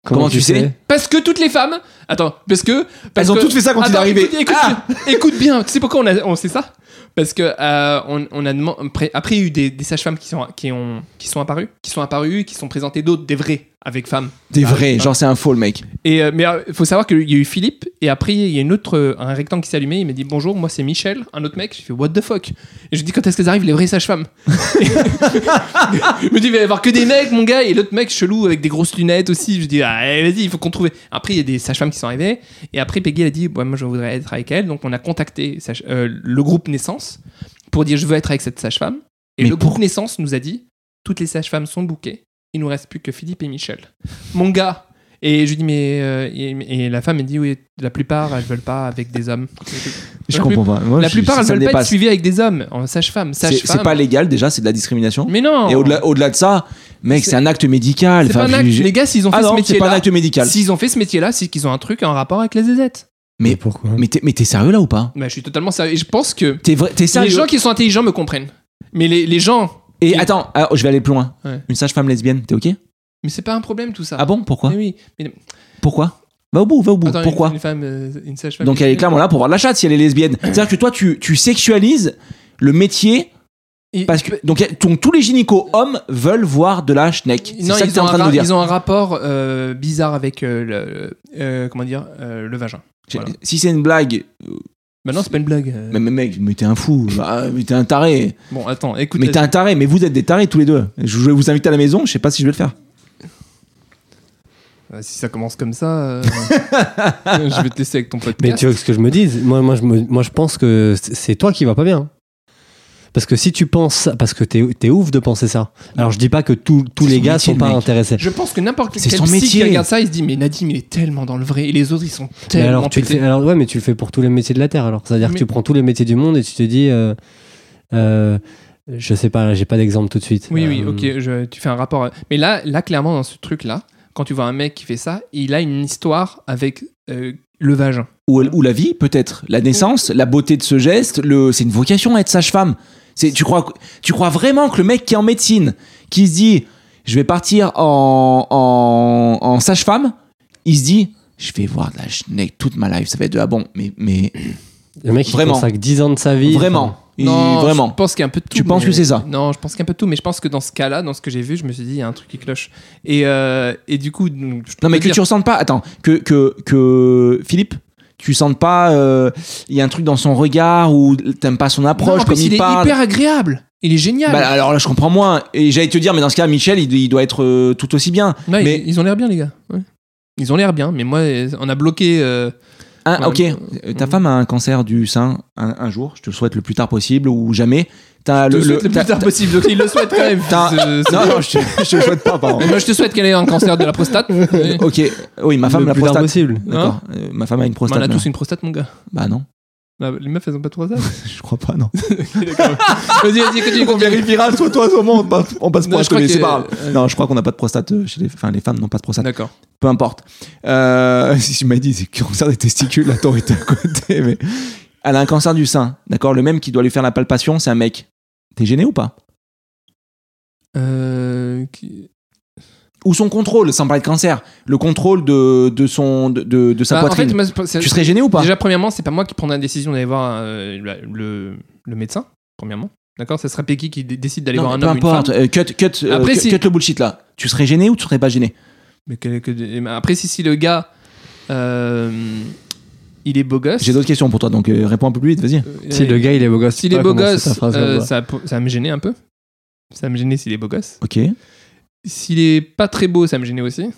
[SPEAKER 1] Comment tu sais
[SPEAKER 2] Parce que toutes les femmes. Attends, parce que. parce
[SPEAKER 1] Elles ont
[SPEAKER 2] que-
[SPEAKER 1] toutes fait ça quand il est
[SPEAKER 2] Attends,
[SPEAKER 1] arrivé. Ah.
[SPEAKER 2] Écoute, écoute, écoute bien, tu sais pourquoi on, a- on sait ça Parce que euh, on, on a deman- après, après, il y a eu des, des sages-femmes qui sont qui ont qui sont apparues, qui sont apparues, qui sont présentées d'autres, des vrais avec femmes.
[SPEAKER 1] Des vrais, genre c'est un faux le mec.
[SPEAKER 2] Et euh, mais euh, faut savoir qu'il y a eu Philippe et après il y a une autre euh, un rectangle qui s'est allumé. Il m'a dit bonjour, moi c'est Michel, un autre mec. J'ai fait what the fuck. Et je dis quand est-ce qu'elles arrivent les vraies sages-femmes Il me dit il va y avoir que des mecs mon gars et l'autre mec chelou avec des grosses lunettes aussi. Je dis ah, allez, vas-y il faut qu'on trouve. Après il y a des sages-femmes qui sont arrivées et après Peggy elle a dit ouais, moi je voudrais être avec elle. Donc on a contacté sage- euh, le groupe naissance pour dire je veux être avec cette sage-femme. Et
[SPEAKER 1] Mais
[SPEAKER 2] le groupe naissance nous a dit toutes les sages-femmes sont bouquées. Il nous reste plus que Philippe et Michel. Mon gars. Et je lui dis, mais. euh, et, et la femme, elle dit, oui, la plupart, elles veulent pas avec des hommes.
[SPEAKER 1] Je
[SPEAKER 2] La
[SPEAKER 1] comprends pas. Moi,
[SPEAKER 2] la
[SPEAKER 1] je-
[SPEAKER 2] plupart,
[SPEAKER 1] ça
[SPEAKER 2] elles
[SPEAKER 1] me
[SPEAKER 2] veulent pas être
[SPEAKER 1] dépasse.
[SPEAKER 2] suivies avec des hommes, en sage-femme.
[SPEAKER 1] C'est
[SPEAKER 2] Sage
[SPEAKER 1] c'est pas légal déjà, c'est de la discrimination.
[SPEAKER 2] Mais non
[SPEAKER 1] Et au-delà au-delà de ça, mec,
[SPEAKER 2] C'est-
[SPEAKER 1] c'est un acte médical.
[SPEAKER 2] C'est pas
[SPEAKER 1] Enfin,
[SPEAKER 2] un acte.
[SPEAKER 1] je-
[SPEAKER 2] Les gars, s'ils ont fait
[SPEAKER 1] Ah non,
[SPEAKER 2] ce
[SPEAKER 1] c'est pas un
[SPEAKER 2] métier-là.
[SPEAKER 1] acte médical.
[SPEAKER 2] S'ils ont fait ce métier-là, c'est qu'ils ont un truc en rapport avec les ZZ.
[SPEAKER 1] Mais-
[SPEAKER 7] pourquoi
[SPEAKER 1] Mais t'es mais t'es sérieux là ou pas
[SPEAKER 2] Bah, je suis totalement sérieux. Et je pense que
[SPEAKER 1] T'es vrai- t'es
[SPEAKER 2] les
[SPEAKER 1] sérieux
[SPEAKER 2] gens qui sont intelligents me comprennent. Mais les, les gens.
[SPEAKER 1] Et
[SPEAKER 2] qui-
[SPEAKER 1] attends, alors, je vais aller plus loin.
[SPEAKER 2] Ouais.
[SPEAKER 1] Une sage-femme lesbienne, t'es ok
[SPEAKER 2] Mais c'est pas un problème tout ça.
[SPEAKER 1] Ah bon Pourquoi
[SPEAKER 2] Mais oui. Mais-
[SPEAKER 1] Pourquoi Va au bout, va au bout.
[SPEAKER 2] Attends, une-
[SPEAKER 1] Pourquoi
[SPEAKER 2] Une femme, euh, une sage-femme.
[SPEAKER 1] Donc elle est clairement là pour voir de la chatte si elle est lesbienne. C'est-à-dire que toi, tu, tu sexualises le métier.
[SPEAKER 2] Et-
[SPEAKER 1] Parce que, donc, elle- ton- tous les gynécos hommes veulent voir de la schneck. C'est
[SPEAKER 2] Non,
[SPEAKER 1] ça que
[SPEAKER 2] ils,
[SPEAKER 1] t'es
[SPEAKER 2] ont
[SPEAKER 1] en
[SPEAKER 2] un
[SPEAKER 1] train de
[SPEAKER 2] ra-
[SPEAKER 1] nous dire.
[SPEAKER 2] ils ont un rapport euh, bizarre avec euh, le, euh, comment dire, euh, le vagin.
[SPEAKER 1] J'ai-
[SPEAKER 2] voilà.
[SPEAKER 1] Si c'est une blague, euh,
[SPEAKER 2] Bah non, c'est pas une blague. euh.
[SPEAKER 1] mais, mais mec, mais t'es un fou, Ah, mais t'es un taré,
[SPEAKER 2] Bon, attends, écoute.
[SPEAKER 1] mais t'es un taré, mais vous êtes des tarés tous les deux. Je vais vous inviter à la maison, je sais pas si je vais le faire.
[SPEAKER 2] euh, Si ça commence comme ça, euh, je vais te laisser avec ton podcast.
[SPEAKER 7] Mais tu vois ce que je me dise moi, moi, je me- moi, je pense que c'est- c'est toi qui va pas bien. Parce que si tu penses ça, parce que t'es t'es ouf de penser ça. Alors je dis pas que tous tous
[SPEAKER 1] C'est
[SPEAKER 7] les
[SPEAKER 1] son
[SPEAKER 7] gars
[SPEAKER 1] métier,
[SPEAKER 7] sont
[SPEAKER 1] le
[SPEAKER 7] pas
[SPEAKER 1] mec.
[SPEAKER 7] intéressés.
[SPEAKER 2] Je pense que n'importe quel
[SPEAKER 1] C'est son
[SPEAKER 2] psy qui
[SPEAKER 1] métier.
[SPEAKER 2] regarde ça, il se dit mais Nadim il est tellement dans le vrai et les autres ils sont
[SPEAKER 7] Mais
[SPEAKER 2] tellement.
[SPEAKER 7] alors tu le
[SPEAKER 2] pétés.
[SPEAKER 7] fais, alors ouais, mais tu le fais pour tous les métiers de la terre. Alors c'est-à-dire
[SPEAKER 2] Mais-
[SPEAKER 7] que tu prends tous les métiers du monde et tu te dis, euh, euh, je sais pas, là, j'ai pas d'exemple tout de suite.
[SPEAKER 2] Oui,
[SPEAKER 7] Euh,
[SPEAKER 2] oui, ok, je- tu fais un rapport. euh, Mais là, là, clairement, dans ce truc-là, quand tu vois un mec qui fait ça, il a une histoire avec euh, le vagin.
[SPEAKER 1] Ou, elle- ou la vie, peut-être, la naissance, la beauté de ce geste, le, c'est une vocation à être sage-femme. C'est, tu crois, tu crois vraiment que le mec qui est en médecine, qui se dit, je vais partir en, en, en sage-femme, il se dit, je vais voir de la schneck toute ma life, ça va être de la bombe. Mais, mais
[SPEAKER 7] Le mec, il
[SPEAKER 1] Vraiment.
[SPEAKER 7] consacre 10 ans de sa vie.
[SPEAKER 1] vraiment, Il-
[SPEAKER 2] Non,
[SPEAKER 1] vraiment.
[SPEAKER 2] Je pense qu'il y a un peu de tout.
[SPEAKER 1] Tu penses que c'est ça
[SPEAKER 2] Non, je pense qu'il y a un peu de tout, mais je pense que dans ce cas-là, dans ce que j'ai vu, je me suis dit, il y a un truc qui cloche. Et, euh, et du coup, donc, je peux
[SPEAKER 1] Non mais
[SPEAKER 2] te
[SPEAKER 1] que
[SPEAKER 2] dire-
[SPEAKER 1] tu ressentes pas. Attends, que que que Philippe, tu sentes pas. euh, Il y a un truc dans son regard ou t'aimes pas son
[SPEAKER 2] Non,
[SPEAKER 1] approche
[SPEAKER 2] en
[SPEAKER 1] comme
[SPEAKER 2] plus, il,
[SPEAKER 1] il,
[SPEAKER 2] est
[SPEAKER 1] parle.
[SPEAKER 2] hyper agréable. Il est génial.
[SPEAKER 1] Bah, alors là, je comprends moins. Et j'allais te dire, mais dans ce cas, Michel, il, il doit être euh, tout aussi bien.
[SPEAKER 2] Non, ils-
[SPEAKER 1] mais-
[SPEAKER 2] ils, ont l'air bien, les gars. Ouais. Ils ont l'air bien, mais moi, euh, on a bloqué. euh,
[SPEAKER 1] Hein,
[SPEAKER 2] Ouais,
[SPEAKER 1] ok,
[SPEAKER 2] mais-
[SPEAKER 1] Euh, ta femme a un cancer du sein un, un jour. Je te le souhaite le plus tard possible ou jamais. T'as
[SPEAKER 2] je te
[SPEAKER 1] Ah, le,
[SPEAKER 2] souhaite le,
[SPEAKER 1] t'as-
[SPEAKER 2] plus tard possible. Donc, ils le souhaitent quand même.
[SPEAKER 1] T'as-
[SPEAKER 2] C'est- c'est-
[SPEAKER 1] Non, non, je, te- je te le souhaite pas. Pardon.
[SPEAKER 2] Mais moi, je te souhaite qu'elle ait un cancer de la prostate. Ouais.
[SPEAKER 1] ok, oui, ma femme
[SPEAKER 7] le
[SPEAKER 1] la
[SPEAKER 7] plus tard
[SPEAKER 1] prostate.
[SPEAKER 7] possible.
[SPEAKER 1] D'accord. Euh, ma femme a une
[SPEAKER 2] Mais
[SPEAKER 1] prostate.
[SPEAKER 2] on a
[SPEAKER 1] non.
[SPEAKER 2] tous une prostate, mon gars.
[SPEAKER 1] Bah non,
[SPEAKER 2] Bah, Les meufs, elles ont pas de prostate.
[SPEAKER 1] je crois pas. Non.
[SPEAKER 2] vas-y, vas-y, continue.
[SPEAKER 1] On
[SPEAKER 2] continue.
[SPEAKER 1] vérifiera soit toi, soit moi, on passe, on passe
[SPEAKER 2] Non,
[SPEAKER 1] pour un
[SPEAKER 2] je crois
[SPEAKER 1] chevet,
[SPEAKER 2] que-
[SPEAKER 1] c'est pas grave. Non, je crois qu'on n'a pas de prostate euh, chez les, enfin, les femmes n'ont pas de prostate.
[SPEAKER 2] D'accord.
[SPEAKER 1] Peu importe. Euh, si tu m'as dit c'est cancer des testicules, là t'aurais été à côté. Mais elle a un cancer du sein, d'accord. Le même qui doit lui faire la palpation, c'est un mec. T'es gêné ou pas
[SPEAKER 2] Euh, qui-
[SPEAKER 1] Ou son contrôle, sans parler de cancer, le contrôle de, de son de, de- de sa
[SPEAKER 2] Bah, en
[SPEAKER 1] poitrine.
[SPEAKER 2] fait, moi, c'est- c'est-
[SPEAKER 1] tu serais gêné ou pas
[SPEAKER 2] Déjà, premièrement, c'est pas moi qui prendrais la décision d'aller voir euh, le, le- le médecin, premièrement. D'accord Ça serait Peggy qui dé- décide d'aller
[SPEAKER 1] Non,
[SPEAKER 2] voir un
[SPEAKER 1] peu
[SPEAKER 2] homme ou une femme.
[SPEAKER 1] importe. Euh, cut, cut, euh,
[SPEAKER 2] Après,
[SPEAKER 1] cut-
[SPEAKER 2] si-
[SPEAKER 1] cut le bullshit là. Tu serais gêné ou tu serais pas gêné
[SPEAKER 2] Mais quel- que- et ben, après, si, si le gars, euh, il est beau gosse.
[SPEAKER 1] J'ai d'autres questions pour toi, donc euh, réponds un peu plus vite, vas-y.
[SPEAKER 2] euh,
[SPEAKER 7] Si le gars, il est beau gosse.
[SPEAKER 2] s'il
[SPEAKER 7] je
[SPEAKER 2] est
[SPEAKER 7] sais pas
[SPEAKER 2] beau
[SPEAKER 7] comment c'est ta
[SPEAKER 2] gosse,
[SPEAKER 7] phrase,
[SPEAKER 2] euh,
[SPEAKER 7] là-bas.
[SPEAKER 2] ça, peut- ça va me gêner un peu. Ça va me gêner s'il est beau gosse.
[SPEAKER 1] Ok.
[SPEAKER 2] S'il est pas très beau, ça me gênait aussi.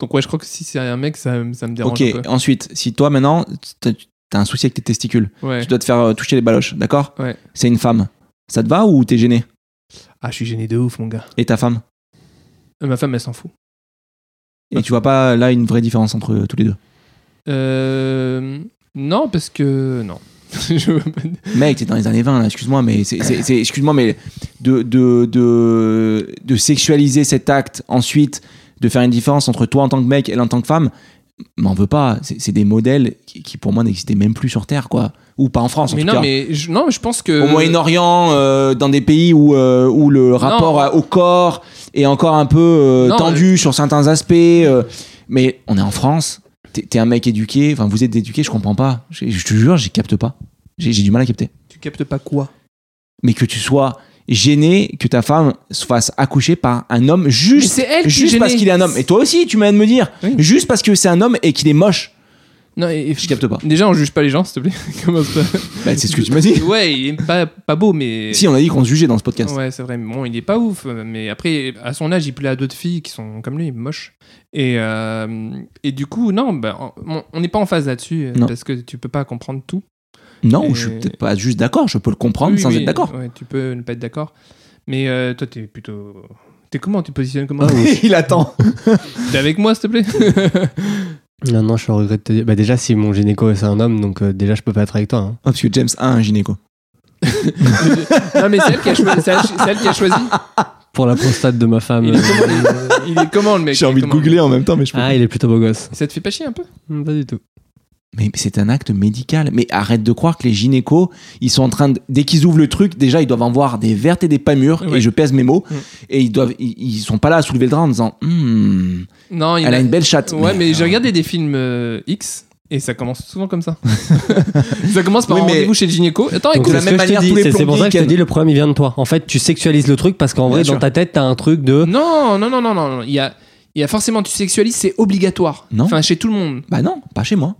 [SPEAKER 2] Donc, ouais, je crois que si c'est un mec, ça, ça me dérange
[SPEAKER 1] Ok.
[SPEAKER 2] un
[SPEAKER 1] Ensuite, si toi maintenant t'as t'as un souci avec tes testicules.
[SPEAKER 2] peu. Ouais.
[SPEAKER 1] Tu dois te faire euh, toucher les baloches, d'accord
[SPEAKER 2] Ouais.
[SPEAKER 1] C'est une femme. Ça te va ou t'es gêné
[SPEAKER 2] Ah, je suis gêné de ouf, mon gars.
[SPEAKER 1] Et ta femme
[SPEAKER 2] Euh, ma femme, elle s'en fout.
[SPEAKER 1] Et tu vois pas là une vraie différence entre euh, tous les deux
[SPEAKER 2] Euh, non, parce que. Non. Je veux pas-
[SPEAKER 1] Mec, t'es dans les années 20 là, excuse-moi, mais c'est, c'est- c'est- excuse-moi, mais de, de, de, de sexualiser cet acte, ensuite de faire une différence entre toi en tant que mec et elle en tant que femme, m'en veux pas. C'est, c'est des modèles qui, qui, pour moi n'existaient même plus sur Terre, quoi. Ou pas en France en
[SPEAKER 2] mais
[SPEAKER 1] tout
[SPEAKER 2] non,
[SPEAKER 1] cas.
[SPEAKER 2] mais je, non, mais je pense que.
[SPEAKER 1] Au Moyen-Orient, euh, dans des pays où, euh, où le rapport à- au corps est encore un peu euh,
[SPEAKER 2] Non,
[SPEAKER 1] tendu sur certains aspects. euh, mais on est en France, t'es, t'es un mec éduqué, enfin vous êtes éduqué, je comprends pas. Je, je te jure, j'y capte pas. J'ai, j'ai du mal à capter.
[SPEAKER 2] Tu captes pas quoi
[SPEAKER 1] mais que tu sois gêné que ta femme se fasse accoucher par un homme
[SPEAKER 2] Mais
[SPEAKER 1] juste
[SPEAKER 2] c'est elle qui est
[SPEAKER 1] juste parce
[SPEAKER 2] gênée.
[SPEAKER 1] qu'il est un homme et toi aussi tu m'as de me dire
[SPEAKER 2] Oui.
[SPEAKER 1] juste parce que c'est un homme et qu'il est moche
[SPEAKER 2] Non, et, et-
[SPEAKER 1] Je capte pas.
[SPEAKER 2] Déjà, on juge pas les gens, s'il te plaît. Comme ça.
[SPEAKER 1] Bah, c'est ce que tu m'as dit
[SPEAKER 2] ouais, il est pas, pas beau, mais.
[SPEAKER 1] si on a dit qu'on se jugeait dans ce podcast
[SPEAKER 2] Ouais, c'est vrai. mais Bon, il est pas ouf. euh, Mais après, à son âge, il plaît à d'autres filles qui sont comme lui, moches. Et, euh, et du coup, non, bah, on- on n'est pas en phase là-dessus. euh,
[SPEAKER 1] Non.
[SPEAKER 2] Parce que tu peux pas comprendre tout.
[SPEAKER 1] non
[SPEAKER 2] Et-
[SPEAKER 1] je suis peut-être pas juste d'accord je peux le comprendre
[SPEAKER 2] Oui,
[SPEAKER 1] sans
[SPEAKER 2] oui,
[SPEAKER 1] être d'accord
[SPEAKER 2] ouais, tu peux ne pas être d'accord. Mais euh, toi, t'es plutôt. T'es comment Tu te positionnes comment
[SPEAKER 7] Ah,
[SPEAKER 1] il attend
[SPEAKER 2] T'es avec moi, s'il te plaît
[SPEAKER 7] Non, non, je suis en regret de te dire. Bah, déjà, si mon gynéco, c'est un homme, donc euh, déjà, je peux pas être avec toi. hein.
[SPEAKER 1] Ah, parce que James a un gynéco
[SPEAKER 2] Non, mais c'est elle qui a choisi. C'est elle, c'est elle qui a choisi.
[SPEAKER 1] Ah,
[SPEAKER 7] Pour la prostate de ma femme.
[SPEAKER 2] Il est
[SPEAKER 7] euh,
[SPEAKER 2] comment, il- il est comment, le mec
[SPEAKER 1] j'ai envie de
[SPEAKER 2] Comment
[SPEAKER 1] googler en même temps mais je peux
[SPEAKER 7] Ah, il est plutôt beau gosse.
[SPEAKER 2] Ça te fait pas chier un peu
[SPEAKER 7] Hmm, Pas du tout.
[SPEAKER 1] Mais c'est un acte médical. Mais arrête de croire que les gynécos, ils sont en train de, dès qu'ils ouvrent le truc, déjà ils doivent en voir des vertes et des pas mûres.
[SPEAKER 2] Ouais.
[SPEAKER 1] Et je pèse mes mots.
[SPEAKER 2] Mm.
[SPEAKER 1] Et ils doivent, ils, ils sont pas là à soulever le drap en disant, Hmm,
[SPEAKER 2] Non, il
[SPEAKER 1] elle a une belle chatte.
[SPEAKER 2] ben, Ouais, mais, j'ai regardé des films euh, X et ça commence souvent comme ça. ça commence par
[SPEAKER 1] Oui,
[SPEAKER 2] un
[SPEAKER 1] mais-
[SPEAKER 2] rendez-vous chez le gynéco. Attends,
[SPEAKER 1] Donc,
[SPEAKER 2] écoute,
[SPEAKER 1] la
[SPEAKER 7] c'est
[SPEAKER 1] même
[SPEAKER 7] ce que je te
[SPEAKER 1] manière,
[SPEAKER 7] dis,
[SPEAKER 1] tous les
[SPEAKER 7] c'est- C'est pour
[SPEAKER 1] plombiers
[SPEAKER 7] ça que je te
[SPEAKER 1] ken.
[SPEAKER 7] dis, le problème, il vient de toi. En fait, tu sexualises le truc parce qu'en
[SPEAKER 1] Bien
[SPEAKER 7] vrai,
[SPEAKER 1] sûr.
[SPEAKER 7] dans ta tête, t'as un truc de.
[SPEAKER 2] non, non, non, non, non, non. Il y a, il y a forcément, tu sexualises, c'est obligatoire.
[SPEAKER 1] Non.
[SPEAKER 2] Enfin, chez tout le monde.
[SPEAKER 1] Bah non, pas chez moi.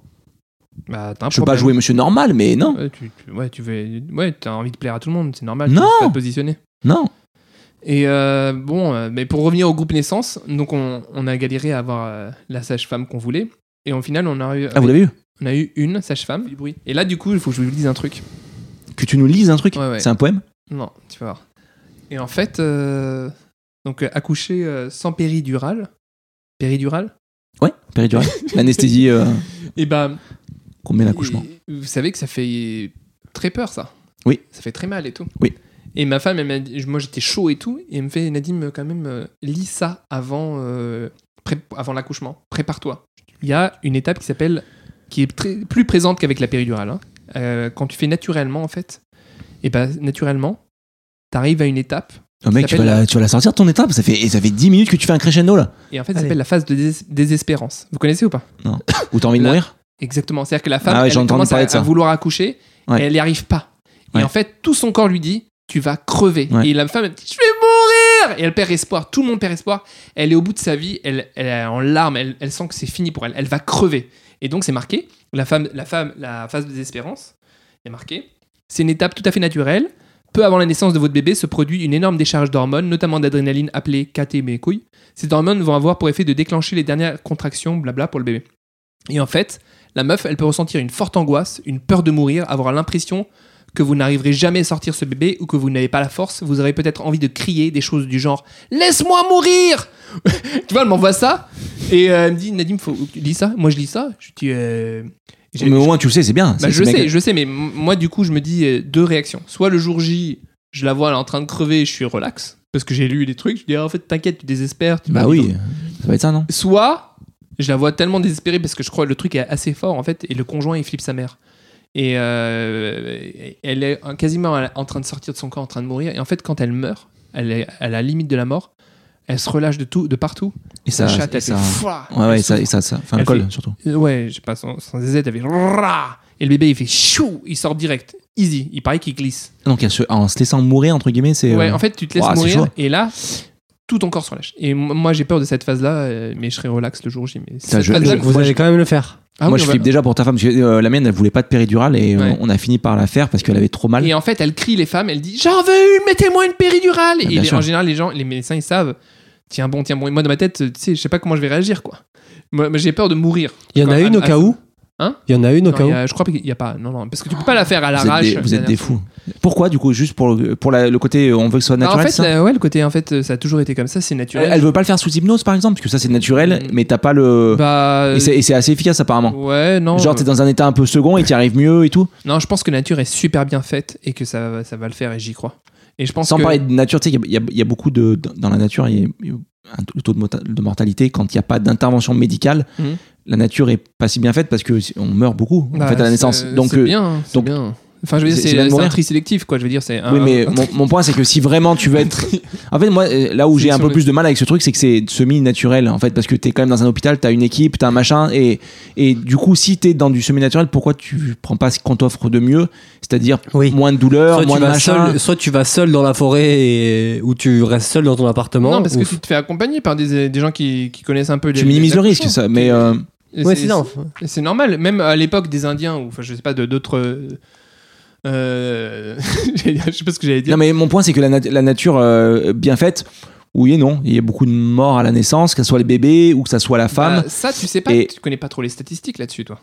[SPEAKER 2] Bah, t'as un
[SPEAKER 1] Je peux pas jouer
[SPEAKER 2] problème.
[SPEAKER 1] Monsieur Normal, mais non,
[SPEAKER 2] Ouais, tu, tu- ouais, tu veux, ouais, t'as envie de plaire à tout le monde, c'est normal.
[SPEAKER 1] Non.
[SPEAKER 2] Tu vas te positionner.
[SPEAKER 1] non.
[SPEAKER 2] Et euh, bon, euh, mais pour revenir au groupe naissance, donc on, on a galéré à avoir euh, la sage-femme qu'on voulait. Et au final, on a eu,
[SPEAKER 1] Ah, vous l'avez vu
[SPEAKER 2] on a eu une sage-femme. Et là, du coup, il faut que je vous dise un truc.
[SPEAKER 1] Que tu nous lises un truc.
[SPEAKER 2] Ouais, ouais.
[SPEAKER 1] C'est un poème.
[SPEAKER 2] Non, tu vas voir. Et en fait, euh, donc euh, accoucher euh, sans péridurale, péridurale,
[SPEAKER 1] Ouais. Péridurale. L'anesthésie euh,
[SPEAKER 2] et ben,
[SPEAKER 1] qu'on met à l'accouchement.
[SPEAKER 2] et- vous savez que ça fait très peur, ça.
[SPEAKER 1] Oui.
[SPEAKER 2] Ça fait très mal et tout.
[SPEAKER 1] Oui.
[SPEAKER 2] Et ma femme, elle m'a dit- moi j'étais chaud et tout, et elle me fait Nadim, quand même, euh, lis ça avant, euh, pré- avant l'accouchement, prépare-toi. Il y a une étape qui s'appelle, qui est très, plus présente qu'avec la péridurale. hein. Euh, quand tu fais naturellement, en fait, et ben naturellement, t'arrives à une étape
[SPEAKER 1] Oh, mec, tu vas,
[SPEAKER 2] s'appelle-
[SPEAKER 1] la, tu vas la sortir de ton étape. Ça fait, et ça fait 10 minutes que tu fais un crescendo là.
[SPEAKER 2] Et en fait, ça
[SPEAKER 1] Allez.
[SPEAKER 2] s'appelle la phase de dés- désespérance. Vous connaissez ou pas
[SPEAKER 1] Ou t'as envie de
[SPEAKER 2] Là-
[SPEAKER 1] mourir
[SPEAKER 2] Exactement. C'est-à-dire que la femme,
[SPEAKER 1] Ah ouais, j'ai
[SPEAKER 2] elle
[SPEAKER 1] entendu
[SPEAKER 2] commence à,
[SPEAKER 1] parler de ça.
[SPEAKER 2] à vouloir accoucher,
[SPEAKER 1] Ouais.
[SPEAKER 2] et elle n'y arrive pas.
[SPEAKER 1] Ouais.
[SPEAKER 2] Et en fait, tout son corps lui dit Tu vas crever.
[SPEAKER 1] Ouais.
[SPEAKER 2] Et la femme, elle dit Je vais mourir Et elle perd espoir. Tout le monde perd espoir. Elle est au bout de sa vie, elle, elle est en larmes, elle, elle sent que c'est fini pour elle. Elle va crever. Et donc, c'est marqué la, femme, la, femme, la phase de désespérance est marquée. C'est une étape tout à fait naturelle. Peu avant la naissance de votre bébé se produit une énorme décharge d'hormones, notamment d'adrénaline appelée KT mes couilles. Ces hormones vont avoir pour effet de déclencher les dernières contractions, blabla, pour le bébé. Et en fait, la meuf, elle peut ressentir une forte angoisse, une peur de mourir, avoir l'impression que vous n'arriverez jamais à sortir ce bébé ou que vous n'avez pas la force. Vous aurez peut-être envie de crier des choses du genre Laisse-moi mourir Tu vois, elle m'envoie ça et euh, elle me dit Nadim, faut, tu lis ça Moi, je lis ça. Je dis euh, j'ai-
[SPEAKER 1] Mais au moins tu le sais, c'est bien.
[SPEAKER 2] bah,
[SPEAKER 1] Ah, C'est-
[SPEAKER 2] je
[SPEAKER 1] c'est
[SPEAKER 2] sais,
[SPEAKER 1] mec-
[SPEAKER 2] je sais, mais m- moi, du coup, je me dis euh, deux réactions. Soit le jour J, je la vois elle est en train de crever et je suis relax, parce que j'ai lu les trucs, je dis, ah, en fait, t'inquiète, tu désespères. tu
[SPEAKER 1] Bah
[SPEAKER 2] vas-
[SPEAKER 1] oui, ça va être ça non
[SPEAKER 2] Soit je la vois tellement désespérée, parce que je crois que le truc est assez fort, en fait, et le conjoint, il flippe sa mère. Et euh, elle est quasiment en train de sortir de son corps, en train de mourir. Et en fait, quand elle meurt, elle est à la limite de la mort, elle se relâche de tout, de partout.
[SPEAKER 1] Et ça,
[SPEAKER 2] Sa chatte,
[SPEAKER 1] et
[SPEAKER 2] elle
[SPEAKER 1] ça,
[SPEAKER 2] fait Fouah
[SPEAKER 1] ouais, ouais,
[SPEAKER 2] Elle
[SPEAKER 1] ça, et ça, ça, enfin le
[SPEAKER 2] Elle
[SPEAKER 1] col
[SPEAKER 2] fait-
[SPEAKER 1] surtout.
[SPEAKER 2] Euh, Ouais, je sais pas, sans, sans ZZ, elle fait rrrra Et le bébé, il fait chou, il sort direct. Easy, il paraît qu'il glisse.
[SPEAKER 1] Donc en se laissant mourir entre guillemets, c'est.
[SPEAKER 2] Ouais,
[SPEAKER 1] euh,
[SPEAKER 2] en fait, tu te laisses
[SPEAKER 1] ouah, c'est
[SPEAKER 2] mourir
[SPEAKER 1] chaud.
[SPEAKER 2] et là, tout ton corps se relâche. Et m- moi, j'ai peur de cette phase-là, euh, mais je serai relax le jour J. Mais cette
[SPEAKER 1] je-
[SPEAKER 2] phase-là
[SPEAKER 1] je-
[SPEAKER 2] que-
[SPEAKER 7] Vous allez quand même le faire.
[SPEAKER 2] Ah
[SPEAKER 1] moi
[SPEAKER 2] oui,
[SPEAKER 1] je
[SPEAKER 2] on va-
[SPEAKER 1] flippe déjà pour ta femme parce que euh, la mienne elle voulait pas de péridurale et euh,
[SPEAKER 2] Ouais.
[SPEAKER 1] on a fini par la faire parce qu'elle avait trop mal.
[SPEAKER 2] Et en fait, elle crie les femmes, elle dit J'en veux une, mettez-moi une péridurale
[SPEAKER 1] Ah,
[SPEAKER 2] Et
[SPEAKER 1] bien
[SPEAKER 2] les-
[SPEAKER 1] sûr.
[SPEAKER 2] en général, les gens, les médecins, ils savent Tiens bon, tiens bon. Et moi, dans ma tête, tu sais, je sais pas comment je vais réagir, quoi. Moi, moi, j'ai peur de mourir.
[SPEAKER 7] Il y en
[SPEAKER 2] Quand-
[SPEAKER 7] a une au
[SPEAKER 2] à-
[SPEAKER 7] cas où
[SPEAKER 2] Hein
[SPEAKER 7] Il y en a une au
[SPEAKER 2] Non,
[SPEAKER 7] cas
[SPEAKER 2] il
[SPEAKER 7] où
[SPEAKER 2] y a- je crois qu'il y a pas. Non, non, parce que tu peux pas la faire à
[SPEAKER 1] vous êtes
[SPEAKER 2] l'arrache.
[SPEAKER 1] des, vous êtes des fous. Pourquoi du coup juste pour le, pour la- le côté euh, on veut que ce soit
[SPEAKER 2] Bah,
[SPEAKER 1] naturel
[SPEAKER 2] en fait,
[SPEAKER 1] ça
[SPEAKER 2] la- ouais, le côté en fait, euh, ça a toujours été comme ça, c'est
[SPEAKER 1] elle,
[SPEAKER 2] naturel.
[SPEAKER 1] elle veut pas le faire sous hypnose par exemple parce que ça c'est naturel
[SPEAKER 2] Mm.
[SPEAKER 1] mais t'as pas le
[SPEAKER 2] bah, euh,
[SPEAKER 1] et c'est- et c'est assez efficace apparemment.
[SPEAKER 2] ouais, non.
[SPEAKER 1] Genre
[SPEAKER 2] euh,
[SPEAKER 1] t'es dans un état un peu second et t'y arrives mieux et tout.
[SPEAKER 2] Non, je pense que la nature est super bien faite et que ça, va- ça va le faire et j'y crois. Et je pense
[SPEAKER 1] Sans
[SPEAKER 2] que
[SPEAKER 1] parler de nature, tu sais, il y, a- il y a beaucoup de. dans- Dans la nature, il y a- il y a un taux- le taux de, mota- de mortalité, quand il n'y a pas d'intervention médicale,
[SPEAKER 2] Mhm.
[SPEAKER 1] la nature est pas si bien faite parce que si- on meurt beaucoup,
[SPEAKER 2] Bah,
[SPEAKER 1] en fait, à la naissance.
[SPEAKER 2] c'est-
[SPEAKER 1] Donc,
[SPEAKER 2] c'est
[SPEAKER 1] euh,
[SPEAKER 2] bien, hein, c'est
[SPEAKER 1] donc,
[SPEAKER 2] bien. Enfin, je veux dire,
[SPEAKER 1] C'est-
[SPEAKER 2] c'est
[SPEAKER 1] c'est bien de
[SPEAKER 2] c'est un
[SPEAKER 1] mourir.
[SPEAKER 2] tri sélectif, quoi. Je veux dire, c'est un-
[SPEAKER 1] Oui, mais
[SPEAKER 2] un-
[SPEAKER 1] mon, mon point, c'est que si vraiment tu veux être. En fait, moi, euh, là où j'ai un peu
[SPEAKER 2] Sélection
[SPEAKER 1] plus de mal avec ce truc, c'est que c'est semi-naturel, en fait, parce que t'es quand même dans un hôpital, t'as une équipe, t'as un machin, et, et du coup, si t'es dans du semi-naturel, pourquoi tu prends pas ce qu'on t'offre de mieux C'est-à-dire
[SPEAKER 7] Oui.
[SPEAKER 1] moins de douleur,
[SPEAKER 7] Soit
[SPEAKER 1] moins
[SPEAKER 7] tu,
[SPEAKER 1] de
[SPEAKER 7] vas
[SPEAKER 1] machin.
[SPEAKER 7] seul, soit tu vas seul dans la forêt et- ou tu restes seul dans ton appartement.
[SPEAKER 2] Non, parce
[SPEAKER 7] ou-
[SPEAKER 2] que tu te fais accompagner par des, des gens qui, qui connaissent un peu les.
[SPEAKER 1] Tu minimises
[SPEAKER 2] les
[SPEAKER 1] le risque,
[SPEAKER 2] accouchements.
[SPEAKER 1] ça, mais. euh,
[SPEAKER 2] Et
[SPEAKER 7] Ouais, c'est non.
[SPEAKER 2] Et C'est normal, même à l'époque des Indiens, ou enfin, je sais pas, de- d'autres. euh, euh, j'allais dire- je sais pas ce que j'allais dire.
[SPEAKER 1] Non, mais mon point, c'est que la, nat- la nature euh, bien faite, oui et non, il y a beaucoup de morts à la naissance, que ce soit les bébés ou que ça soit la femme.
[SPEAKER 2] Bah, ça, tu sais pas,
[SPEAKER 1] Et-
[SPEAKER 2] tu connais pas trop les statistiques là-dessus, toi.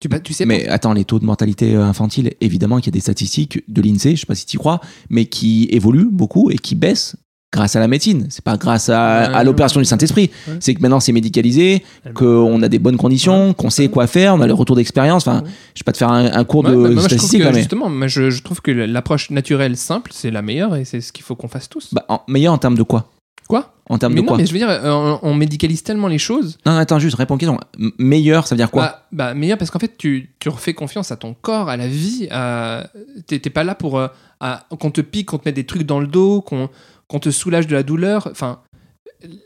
[SPEAKER 2] Tu, bah, tu sais
[SPEAKER 1] mais attends, les taux de mortalité euh, infantile, évidemment qu'il y a des statistiques de l'INSEE, je sais pas si tu crois, mais qui évoluent beaucoup et qui baissent grâce à la médecine. C'est pas grâce à,
[SPEAKER 2] Ouais.
[SPEAKER 1] à l'opération du Saint-Esprit.
[SPEAKER 2] Ouais.
[SPEAKER 1] C'est que maintenant c'est médicalisé,
[SPEAKER 2] ben.
[SPEAKER 1] qu'on a des bonnes conditions, qu'on sait quoi faire, on a le retour d'expérience. Enfin,
[SPEAKER 2] Ouais.
[SPEAKER 1] je vais pas te faire un, un cours
[SPEAKER 2] Ouais,
[SPEAKER 1] de
[SPEAKER 2] bah, bah, moi, je trouve
[SPEAKER 1] statistiques,
[SPEAKER 2] que,
[SPEAKER 1] là, mais.
[SPEAKER 2] justement, moi, je, je trouve que l'approche naturelle simple, c'est la meilleure et c'est ce qu'il faut qu'on fasse tous.
[SPEAKER 1] Bah, en- meilleur en termes de quoi
[SPEAKER 2] Quoi
[SPEAKER 1] En termes de
[SPEAKER 2] mais non,
[SPEAKER 1] quoi
[SPEAKER 2] mais je veux dire, euh, on, on médicalise tellement les choses.
[SPEAKER 1] Non, attends, juste, réponds à la question. M- Meilleur, ça veut dire quoi
[SPEAKER 2] bah, bah, meilleur parce qu'en fait, tu, tu refais confiance à ton corps, à la vie. à- T'es t'es pas là pour euh, à- qu'on te pique, qu'on te mette des trucs dans le dos, qu'on qu'on te soulage de la douleur. Enfin,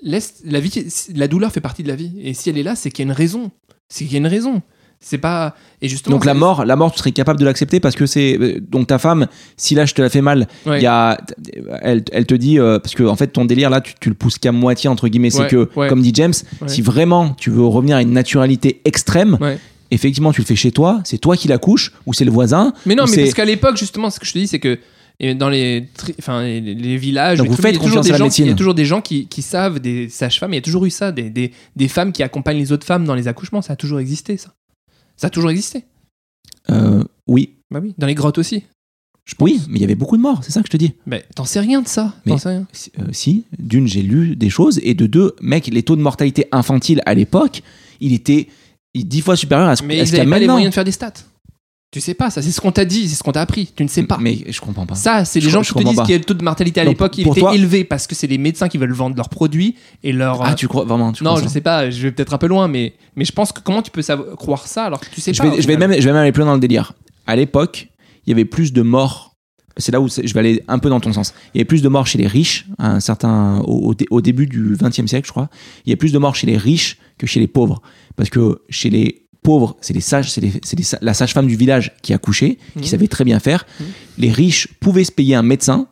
[SPEAKER 2] laisse la vie. La douleur fait partie de la vie. Et si elle est là, c'est qu'il y a une raison. C'est qu'il y a une raison. C'est pas. Et justement.
[SPEAKER 1] Donc la
[SPEAKER 2] c'est-
[SPEAKER 1] mort, la mort, tu serais capable de l'accepter parce que c'est euh, donc ta femme. Si là je te la fais mal, il
[SPEAKER 2] Ouais.
[SPEAKER 1] y a, elle, elle te dit euh, parce que en fait ton délire là, tu, tu le pousses qu'à moitié entre guillemets.
[SPEAKER 2] Ouais,
[SPEAKER 1] c'est que
[SPEAKER 2] ouais.
[SPEAKER 1] comme dit James,
[SPEAKER 2] Ouais.
[SPEAKER 1] si vraiment tu veux revenir à une naturalité extrême,
[SPEAKER 2] Ouais.
[SPEAKER 1] effectivement tu le fais chez toi, c'est toi qui la couche ou c'est le voisin.
[SPEAKER 2] Mais non,
[SPEAKER 1] ou
[SPEAKER 2] mais
[SPEAKER 1] c'est-
[SPEAKER 2] parce qu'à l'époque, justement, ce que je te dis, c'est que et dans les, tri- enfin, les, les villages,
[SPEAKER 1] Donc
[SPEAKER 2] les
[SPEAKER 1] vous
[SPEAKER 2] trucs,
[SPEAKER 1] faites
[SPEAKER 2] il y a toujours
[SPEAKER 1] confiance
[SPEAKER 2] des
[SPEAKER 1] à la
[SPEAKER 2] gens-
[SPEAKER 1] médecine.
[SPEAKER 2] Il y a toujours des gens qui, qui savent, des sages-femmes, il y a toujours eu ça, des, des, des femmes qui accompagnent les autres femmes dans les accouchements, ça a toujours existé, ça. Ça a toujours existé.
[SPEAKER 1] Euh, oui,
[SPEAKER 2] Bah oui. Dans les grottes aussi.
[SPEAKER 1] oui, mais il y avait beaucoup de morts, c'est ça que je te dis.
[SPEAKER 2] Mais t'en sais rien de ça. T'en
[SPEAKER 1] Mais-
[SPEAKER 2] sais rien.
[SPEAKER 1] Si- euh, si, d'une, j'ai lu des choses, et de deux, mec, les taux de mortalité infantile à l'époque, il était dix fois supérieur à ce,
[SPEAKER 2] Mais
[SPEAKER 1] à
[SPEAKER 2] ils
[SPEAKER 1] ce qu'il y a
[SPEAKER 2] n'avaient pas les
[SPEAKER 1] maintenant.
[SPEAKER 2] moyens de faire des stats. Tu sais pas, ça, c'est ce qu'on t'a dit, c'est ce qu'on t'a appris. Tu ne sais pas.
[SPEAKER 1] Mais je comprends pas.
[SPEAKER 2] Ça, c'est les
[SPEAKER 1] Je-
[SPEAKER 2] gens
[SPEAKER 1] je
[SPEAKER 2] qui te
[SPEAKER 1] comprends
[SPEAKER 2] disent
[SPEAKER 1] pas.
[SPEAKER 2] qu'il y a le taux de mortalité à
[SPEAKER 1] Donc,
[SPEAKER 2] l'époque, il
[SPEAKER 1] pour
[SPEAKER 2] était
[SPEAKER 1] toi-
[SPEAKER 2] élevé parce que c'est les médecins qui veulent vendre leurs produits et leur. euh,
[SPEAKER 1] Ah, tu crois vraiment tu
[SPEAKER 2] Non,
[SPEAKER 1] crois
[SPEAKER 2] je
[SPEAKER 1] ça
[SPEAKER 2] sais pas, je vais peut-être un peu loin, mais, mais je pense que comment tu peux savoir, croire ça alors que tu sais
[SPEAKER 1] je
[SPEAKER 2] pas
[SPEAKER 1] vais, je, vais même, je vais même aller plus loin dans le délire. À l'époque, il y avait plus de morts. C'est là où c'est- je vais aller un peu dans ton sens. Il y avait plus de morts chez les riches, à un certain, au, au dé- au début du XXe siècle, je crois. Il y a plus de morts chez les riches que chez les pauvres. Parce que chez les pauvres, c'est les sages, c'est les- c'est les sa- la sage-femme du village qui accouchait,
[SPEAKER 2] Mhm.
[SPEAKER 1] qui savait très bien faire.
[SPEAKER 2] Mhm.
[SPEAKER 1] Les riches pouvaient se payer un médecin,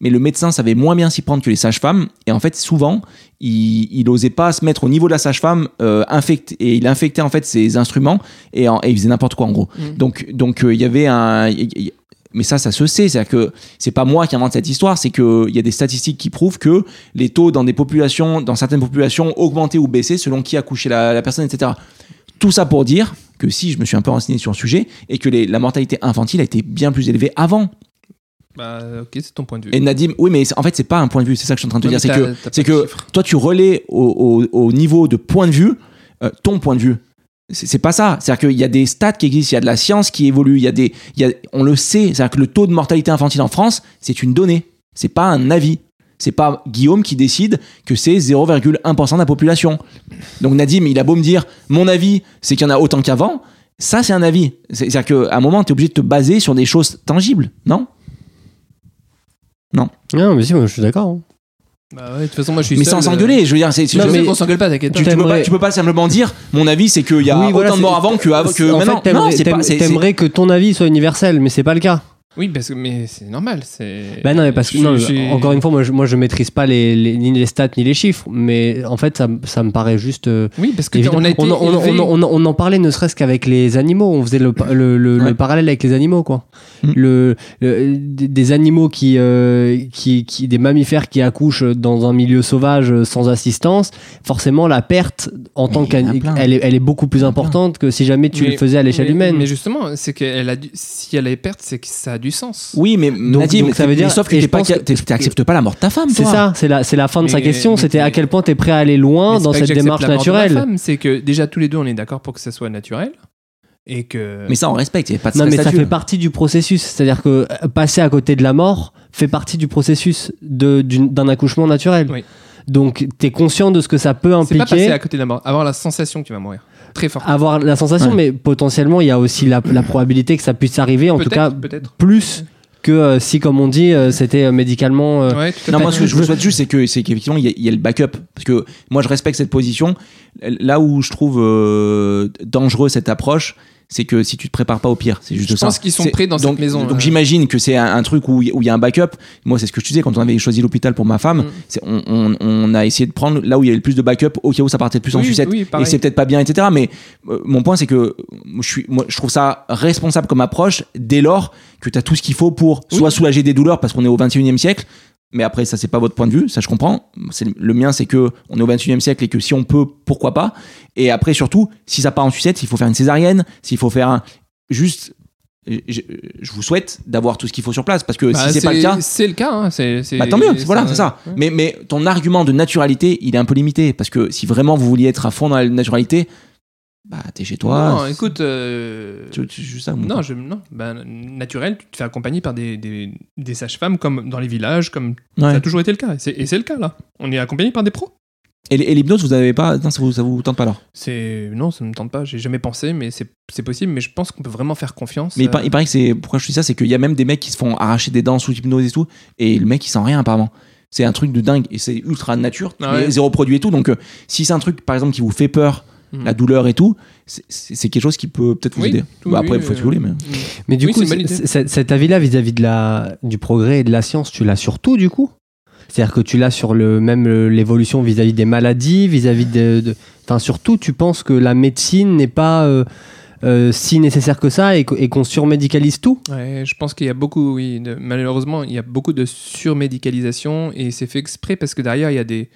[SPEAKER 1] mais le médecin savait moins bien s'y prendre que les sages-femmes. Et en fait, souvent, il, il osait pas se mettre au niveau de la sage-femme, euh, infect- et il infectait en fait ses instruments et, en- et il faisait n'importe quoi en gros.
[SPEAKER 2] Mhm.
[SPEAKER 1] Donc donc euh, il y avait un y- y- mais ça ça se sait, c'est-à-dire que c'est pas moi qui invente cette histoire, c'est que il y a des statistiques qui prouvent que les taux dans des populations, dans certaines populations, augmentaient ou baissaient selon qui a couché la, la personne, etc. Tout ça pour dire que si je me suis un peu renseigné sur le sujet et que les- la mortalité infantile a été bien plus élevée avant.
[SPEAKER 2] Bah, ok, c'est ton point de vue.
[SPEAKER 1] Et Nadim, oui mais c'est- en fait c'est pas un point de vue, c'est ça que je suis en train de te
[SPEAKER 2] Non, mais
[SPEAKER 1] dire, c'est
[SPEAKER 2] t'as-
[SPEAKER 1] que
[SPEAKER 2] t'as pas
[SPEAKER 1] c'est
[SPEAKER 2] de
[SPEAKER 1] que
[SPEAKER 2] chiffres.
[SPEAKER 1] toi tu relais au, au- au niveau de point de vue euh, ton point de vue c'est c'est pas ça c'est à dire qu'il y a des stats qui existent il y a de la science qui évolue il y a des il y a- on le sait c'est à dire que le taux de mortalité infantile en France c'est une donnée c'est pas un avis c'est pas Guillaume qui décide que c'est 0,1% de la population donc Nadim il a beau me dire mon avis c'est qu'il y en a autant qu'avant ça c'est un avis c'est à dire qu'à un moment t'es obligé de te baser sur des choses tangibles non
[SPEAKER 7] Non, mais si, moi, je suis d'accord. hein.
[SPEAKER 2] Bah ouais, de toute façon, moi je suis.
[SPEAKER 1] mais
[SPEAKER 2] seul,
[SPEAKER 1] sans
[SPEAKER 2] euh,
[SPEAKER 1] s'engueuler je veux dire c'est je-
[SPEAKER 2] Je sais
[SPEAKER 7] mais-
[SPEAKER 2] qu'on s'engueule pas, t'inquiète.
[SPEAKER 1] tu,
[SPEAKER 2] pas.
[SPEAKER 1] tu peux
[SPEAKER 7] T'aimerais-
[SPEAKER 1] pas, tu peux pas simplement dire mon avis c'est qu'il y a
[SPEAKER 7] Oui,
[SPEAKER 1] autant
[SPEAKER 7] voilà,
[SPEAKER 1] de morts
[SPEAKER 7] c'est-
[SPEAKER 1] avant que, avant Ah, que
[SPEAKER 7] en fait,
[SPEAKER 1] maintenant non
[SPEAKER 7] t'aimerais-
[SPEAKER 1] c'est pas
[SPEAKER 7] t'aimerais-
[SPEAKER 1] c'est-
[SPEAKER 7] t'aimerais que ton avis soit universel, mais c'est pas le cas.
[SPEAKER 2] Oui, parce que mais c'est normal. c'est...
[SPEAKER 7] Bah non, mais parce que
[SPEAKER 2] Je-
[SPEAKER 7] non,
[SPEAKER 2] je suis-
[SPEAKER 7] encore une fois, moi je, moi, je maîtrise pas les, les- ni les stats ni les chiffres, mais en fait, ça, me- ça me paraît juste. euh,
[SPEAKER 2] Oui, parce que t'es-
[SPEAKER 7] évident.
[SPEAKER 2] on a été.
[SPEAKER 7] on, on-
[SPEAKER 2] élevé-
[SPEAKER 7] on- on- on en parlait ne serait-ce qu'avec les animaux, on faisait le, pa- le, le- le
[SPEAKER 1] Ouais.
[SPEAKER 7] parallèle avec les animaux, quoi.
[SPEAKER 1] Mm.
[SPEAKER 7] Le, le- des des animaux qui, euh, qui, qui- des mammifères qui accouchent dans un milieu sauvage euh, sans assistance, forcément la perte en
[SPEAKER 1] Mais
[SPEAKER 7] tant
[SPEAKER 1] il y en a
[SPEAKER 7] qu'elle
[SPEAKER 1] plein.
[SPEAKER 7] est, elle est beaucoup plus
[SPEAKER 1] Il y en a
[SPEAKER 7] importante que si jamais tu
[SPEAKER 2] Mais-
[SPEAKER 7] le faisais à l'échelle
[SPEAKER 2] mais-
[SPEAKER 7] humaine.
[SPEAKER 2] Mais justement, c'est qu'elle a du- si elle est perte, c'est que ça a du sens.
[SPEAKER 1] oui mais Nadim,
[SPEAKER 7] donc, ça veut
[SPEAKER 1] mais
[SPEAKER 7] dire-
[SPEAKER 1] sauf que
[SPEAKER 7] et
[SPEAKER 1] t'es
[SPEAKER 7] je
[SPEAKER 1] pas
[SPEAKER 7] pense
[SPEAKER 1] ca-
[SPEAKER 7] que-
[SPEAKER 1] t'es- t'acceptes pas la mort de ta femme
[SPEAKER 7] C'est
[SPEAKER 1] toi.
[SPEAKER 7] ça, c'est la, c'est la fin de sa
[SPEAKER 2] Mais-
[SPEAKER 7] question.
[SPEAKER 2] mais-
[SPEAKER 7] C'était à quel point tu es prêt à aller
[SPEAKER 2] Mais
[SPEAKER 7] loin
[SPEAKER 2] c'est
[SPEAKER 7] dans
[SPEAKER 2] pas
[SPEAKER 7] cette
[SPEAKER 2] que j'accepte
[SPEAKER 7] démarche
[SPEAKER 2] la mort de ma
[SPEAKER 7] naturelle.
[SPEAKER 2] femme, C'est que déjà tous les deux, on est d'accord pour que ça soit naturel et que.
[SPEAKER 1] mais ça on respecte il y a
[SPEAKER 2] Ah,
[SPEAKER 1] pas de
[SPEAKER 7] Non, mais ça
[SPEAKER 1] statut.
[SPEAKER 7] fait
[SPEAKER 2] hein.
[SPEAKER 7] partie du processus. C'est-à-dire que euh, passer à côté de la mort fait partie du processus de- d'une- d'un accouchement naturel.
[SPEAKER 2] Oui.
[SPEAKER 7] Donc, tu es conscient de ce que ça peut
[SPEAKER 2] c'est pas passer
[SPEAKER 7] impliquer.
[SPEAKER 2] à côté de la mort, avoir la sensation que tu vas mourir. très fort.
[SPEAKER 7] avoir la sensation,
[SPEAKER 1] Ouais.
[SPEAKER 7] mais potentiellement, il y a aussi la, la probabilité que ça puisse arriver, en tout
[SPEAKER 2] Peut-être,
[SPEAKER 7] cas,
[SPEAKER 2] peut-être.
[SPEAKER 7] plus que euh, si, comme on dit, euh, c'était euh, médicalement. euh,
[SPEAKER 2] Ouais, tout à
[SPEAKER 1] Non,
[SPEAKER 2] fait.
[SPEAKER 1] moi, ce que je vous souhaite juste, c'est que c'est qu'effectivement, il y, a- il y a le backup. Parce que moi, je respecte cette position. Là où je trouve euh, dangereux cette approche, c'est que si tu te prépares pas au pire, c'est juste
[SPEAKER 2] Je
[SPEAKER 1] ça.
[SPEAKER 2] pense qu'ils sont
[SPEAKER 1] C'est-
[SPEAKER 2] prêts dans cette
[SPEAKER 1] donc,
[SPEAKER 2] maison,
[SPEAKER 1] Donc
[SPEAKER 2] euh.
[SPEAKER 1] j'imagine que c'est un, un truc où il y- où il y a un backup. Moi, c'est ce que je disais quand on avait choisi l'hôpital pour ma femme.
[SPEAKER 2] Mm.
[SPEAKER 1] c'est- On, on- on a essayé de prendre là où il y avait le plus de backup au cas où ça partait le plus en
[SPEAKER 2] Oui,
[SPEAKER 1] sucette.
[SPEAKER 2] oui,
[SPEAKER 1] et
[SPEAKER 2] pareil.
[SPEAKER 1] c'est peut-être pas bien, etc. Mais euh, mon point, c'est que euh, je, suis, moi, je trouve ça responsable comme approche dès lors que tu as tout ce qu'il faut pour
[SPEAKER 2] Oui.
[SPEAKER 1] soit soulager des douleurs parce qu'on est au 21e siècle. Mais après, ça, c'est pas votre point de vue, ça je comprends. C'est- Le mien, c'est que on est au 21e siècle et que si on peut, pourquoi pas. Et après, surtout, si ça part en sucette, s'il faut faire une césarienne, s'il faut faire un. Juste, je, je vous souhaite d'avoir tout ce qu'il faut sur place parce que
[SPEAKER 2] Bah,
[SPEAKER 1] si c'est pas le cas.
[SPEAKER 2] c'est le cas. hein, c'est- c'est- Mmh.
[SPEAKER 1] Bah tant mieux, voilà,
[SPEAKER 2] un-
[SPEAKER 1] c'est ça.
[SPEAKER 2] Ouais.
[SPEAKER 1] Mais, mais ton argument de naturalité, il est un peu limité. Parce que si vraiment vous vouliez être à fond dans la naturalité, bah t'es chez toi.
[SPEAKER 2] non, écoute. euh,
[SPEAKER 1] Tu- tu- juste ça, mon
[SPEAKER 2] Non,
[SPEAKER 1] point.
[SPEAKER 2] je, non. Ben, naturel, tu te fais accompagner par des, des, des sages-femmes comme dans les villages, comme ça a
[SPEAKER 1] Ouais.
[SPEAKER 2] toujours été le cas. Et c'est- Et c'est le cas là. On est accompagné par des pros.
[SPEAKER 1] Et, l- et l'hypnose, vous avez pas. Non, ça vous, ça vous tente pas alors.
[SPEAKER 2] C'est non, ça me tente pas. J'ai jamais pensé, mais c'est c'est possible. Mais je pense qu'on peut vraiment faire confiance.
[SPEAKER 1] Mais il,
[SPEAKER 2] euh,
[SPEAKER 1] par- il paraît que c'est. Pourquoi je dis ça C'est qu'il y a même des mecs qui se font arracher des dents sous hypnose et tout. Et le mec, il sent rien apparemment. C'est un truc de dingue. Et c'est ultra nature.
[SPEAKER 2] Ah ouais.
[SPEAKER 1] mais Zéro produit et tout. Donc euh, si c'est un truc, par exemple, qui vous fait peur,
[SPEAKER 2] Mhm.
[SPEAKER 1] la douleur et tout, c'est- c'est c'est quelque chose qui peut peut-être vous
[SPEAKER 2] Oui,
[SPEAKER 1] aider.
[SPEAKER 2] tout-
[SPEAKER 1] Bah,
[SPEAKER 2] oui,
[SPEAKER 1] après, il faut
[SPEAKER 2] euh,
[SPEAKER 1] ce que vous voulez. Mais...
[SPEAKER 7] Mais du
[SPEAKER 2] Oui,
[SPEAKER 7] coup,
[SPEAKER 2] c'est une bonne
[SPEAKER 7] c-
[SPEAKER 2] idée.
[SPEAKER 7] c- cet avis-là vis-à-vis de la, du progrès et de la science, tu l'as sur tout du coup C'est-à-dire que tu l'as sur le, même le- l'évolution vis-à-vis des maladies, vis-à-vis de. de- Enfin, surtout, tu penses que la médecine n'est pas euh, euh, si nécessaire que ça et, qu- et qu'on surmédicalise tout
[SPEAKER 2] Ouais, je pense qu'il y a beaucoup, oui, de- malheureusement, il y a beaucoup de surmédicalisation et c'est fait exprès parce que derrière, il y a des,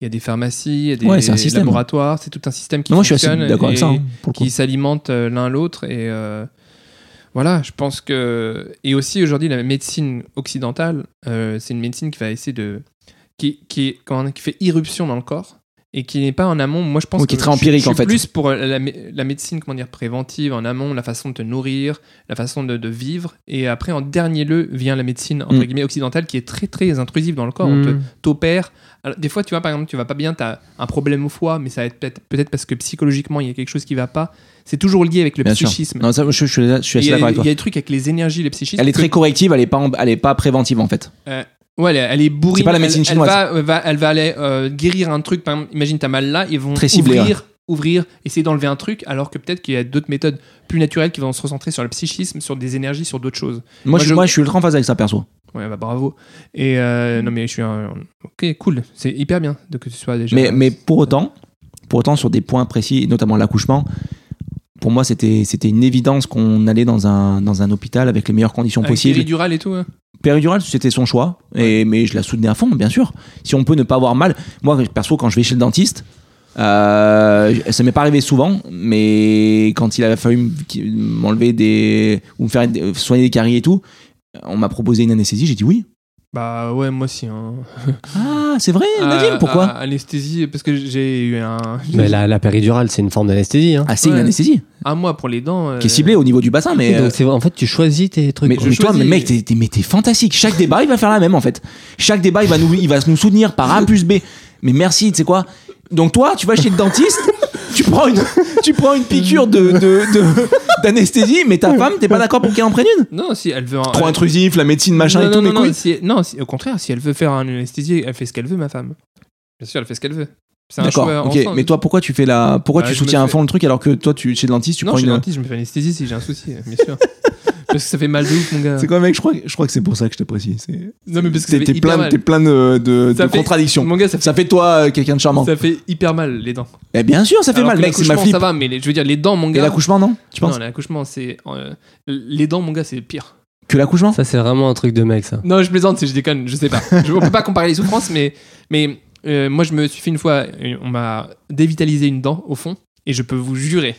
[SPEAKER 2] il y a des pharmacies, il y a des
[SPEAKER 1] Ouais, c'est un système.
[SPEAKER 2] laboratoires, c'est tout un système qui
[SPEAKER 1] Non, moi, je suis assez
[SPEAKER 2] fonctionne
[SPEAKER 1] d'accord avec
[SPEAKER 2] et
[SPEAKER 1] ça. hein, pour le coup.
[SPEAKER 2] qui s'alimentent euh, l'un l'autre. Et euh, voilà, je pense que. Et aussi, aujourd'hui, la médecine occidentale, euh, c'est une médecine qui va essayer de. qui, qui, est- comment on dit, qui fait irruption dans le corps et qui n'est pas en amont. Moi, je pense
[SPEAKER 1] Oui, qui
[SPEAKER 2] que
[SPEAKER 1] est très
[SPEAKER 2] je-
[SPEAKER 1] empirique,
[SPEAKER 2] je suis
[SPEAKER 1] en fait.
[SPEAKER 2] plus pour euh, la, mé- la médecine, comment dire, préventive, en amont, la façon de te nourrir, la façon de, de vivre. Et après, en dernier lieu, vient la médecine, entre
[SPEAKER 1] Mm.
[SPEAKER 2] guillemets, occidentale, qui est très, très intrusive dans le corps. On te-
[SPEAKER 7] Hmm.
[SPEAKER 2] t'opères. Alors, Des fois, tu vois, par exemple, tu vas pas bien, tu as un problème au foie, mais ça va être peut-être peut-être parce que psychologiquement, il y a quelque chose qui va pas. C'est toujours lié avec le
[SPEAKER 1] Bien sûr.
[SPEAKER 2] psychisme.
[SPEAKER 1] Non, ça, je, je suis je suis
[SPEAKER 2] Et Il
[SPEAKER 1] assez
[SPEAKER 2] y, a-
[SPEAKER 1] d'accord avec
[SPEAKER 2] il y
[SPEAKER 1] toi.
[SPEAKER 2] a des trucs avec les énergies, les psychismes.
[SPEAKER 1] Elle est
[SPEAKER 2] que-
[SPEAKER 1] très corrective, elle est pas, en- elle est pas préventive en fait.
[SPEAKER 2] Ouais, elle, est- elle est bourrine.
[SPEAKER 1] C'est pas la médecine
[SPEAKER 2] elle, elle
[SPEAKER 1] chinoise.
[SPEAKER 2] va, va- elle va aller euh, guérir un truc. Par exemple, imagine, t'as mal là, ils vont
[SPEAKER 1] Très ciblé,
[SPEAKER 2] ouvrir, ouvrir, essayer d'enlever un truc, alors que peut-être qu'il y a d'autres méthodes plus naturelles qui vont se recentrer sur le psychisme, sur des énergies, sur d'autres choses.
[SPEAKER 1] Moi,
[SPEAKER 2] Moi,
[SPEAKER 1] je,
[SPEAKER 2] je-
[SPEAKER 1] moi, je suis ultra en phase avec ça perso.
[SPEAKER 2] Ouais, bah bravo. Et euh, non, mais je suis un. Ok, cool. C'est hyper bien de que tu sois déjà.
[SPEAKER 1] Mais, mais pour autant, pour autant sur des points précis, notamment l'accouchement, pour moi c'était c'était une évidence qu'on allait dans un dans un hôpital avec les meilleures conditions
[SPEAKER 2] Avec
[SPEAKER 1] possibles.
[SPEAKER 2] péridurale et tout. hein.
[SPEAKER 1] Péridurale, c'était son choix, et mais je la soutenais à fond, bien sûr. Si on peut ne pas avoir mal, moi perso quand je vais chez le dentiste. euh, ça m'est pas arrivé souvent, mais quand il a fallu m- m'enlever des ou me faire euh, soigner des caries et tout, on m'a proposé une anesthésie, j'ai dit oui.
[SPEAKER 2] Bah ouais, moi aussi. hein.
[SPEAKER 1] Ah, c'est vrai,
[SPEAKER 2] Ah,
[SPEAKER 1] Nadim, pourquoi
[SPEAKER 2] ah, Anesthésie, parce que j'ai eu un.
[SPEAKER 7] Mais la, la péridurale, c'est une forme d'anesthésie. hein.
[SPEAKER 1] Ah, c'est
[SPEAKER 2] Ouais.
[SPEAKER 1] une anesthésie
[SPEAKER 2] Un mois pour les dents. euh,
[SPEAKER 1] qui est ciblée au niveau du bassin, mais. euh,
[SPEAKER 7] Donc, c'est- en fait, tu choisis tes trucs.
[SPEAKER 1] Mais,
[SPEAKER 7] quoi.
[SPEAKER 1] mais toi, mais
[SPEAKER 2] choisis-
[SPEAKER 1] mec, t'es, t'es- mais t'es fantastique. Chaque débat, il va faire la même en fait. Chaque débat, il va nous, il va nous soutenir par A plus B. Mais merci, tu sais quoi Donc toi, tu vas chez le dentiste, tu prends une, tu prends une piqûre de, de- de- d'anesthésie, mais ta femme, t'es pas d'accord pour qu'elle en prenne une
[SPEAKER 2] Non, si elle veut. Un...
[SPEAKER 1] Trop
[SPEAKER 2] euh,
[SPEAKER 1] intrusif, la médecine, machin
[SPEAKER 2] non,
[SPEAKER 1] et tout,
[SPEAKER 2] non,
[SPEAKER 1] mais
[SPEAKER 2] non,
[SPEAKER 1] couilles.
[SPEAKER 2] non, si- non, si- au contraire, si elle veut faire un anesthésie, elle fait ce qu'elle veut, ma femme. Bien sûr, elle fait ce qu'elle veut. C'est un
[SPEAKER 1] D'accord,
[SPEAKER 2] choix.
[SPEAKER 1] ok.
[SPEAKER 2] ensemble.
[SPEAKER 1] Mais toi, pourquoi tu fais la, pourquoi
[SPEAKER 2] Bah,
[SPEAKER 1] tu
[SPEAKER 2] je me
[SPEAKER 1] soutiens à
[SPEAKER 2] fais-
[SPEAKER 1] fond le truc alors que toi, tu chez le dentiste, tu
[SPEAKER 2] non,
[SPEAKER 1] prends
[SPEAKER 2] je suis
[SPEAKER 1] une.
[SPEAKER 2] dentiste, je me fais anesthésie si j'ai un souci, euh, bien sûr. parce que ça fait mal de ouf, mon gars.
[SPEAKER 1] C'est quoi, mec Je crois, je crois que c'est pour ça que je t'apprécie. C'est...
[SPEAKER 2] hein. Non, mais parce que
[SPEAKER 1] t'es,
[SPEAKER 2] ça fait
[SPEAKER 1] t'es
[SPEAKER 2] hyper
[SPEAKER 1] plein,
[SPEAKER 2] mal.
[SPEAKER 1] t'es plein de, de-
[SPEAKER 2] Ça
[SPEAKER 1] de
[SPEAKER 2] fait-
[SPEAKER 1] contradictions.
[SPEAKER 2] Mon gars, ça fait,
[SPEAKER 1] Ça fait de toi euh, quelqu'un de charmant.
[SPEAKER 2] ça fait hyper mal, les dents.
[SPEAKER 1] Eh bien sûr, ça fait
[SPEAKER 2] Alors
[SPEAKER 1] mal,
[SPEAKER 2] que
[SPEAKER 1] mec, c'est ma
[SPEAKER 2] l'accouchement,
[SPEAKER 1] flip.
[SPEAKER 2] Ça va, mais les- je veux dire, les dents, mon
[SPEAKER 1] Et
[SPEAKER 2] gars.
[SPEAKER 1] l'accouchement, non Tu penses
[SPEAKER 2] Non, l'accouchement, c'est. euh, les dents, mon gars, c'est pire.
[SPEAKER 1] Que l'accouchement
[SPEAKER 7] Ça, c'est vraiment un truc de mec, ça.
[SPEAKER 2] Non, je plaisante, c'est- je déconne, je sais pas. Je, on peut pas comparer les souffrances, mais, mais euh, moi, je me suis fait une fois, euh, on m'a dévitalisé une dent au fond, et je peux vous jurer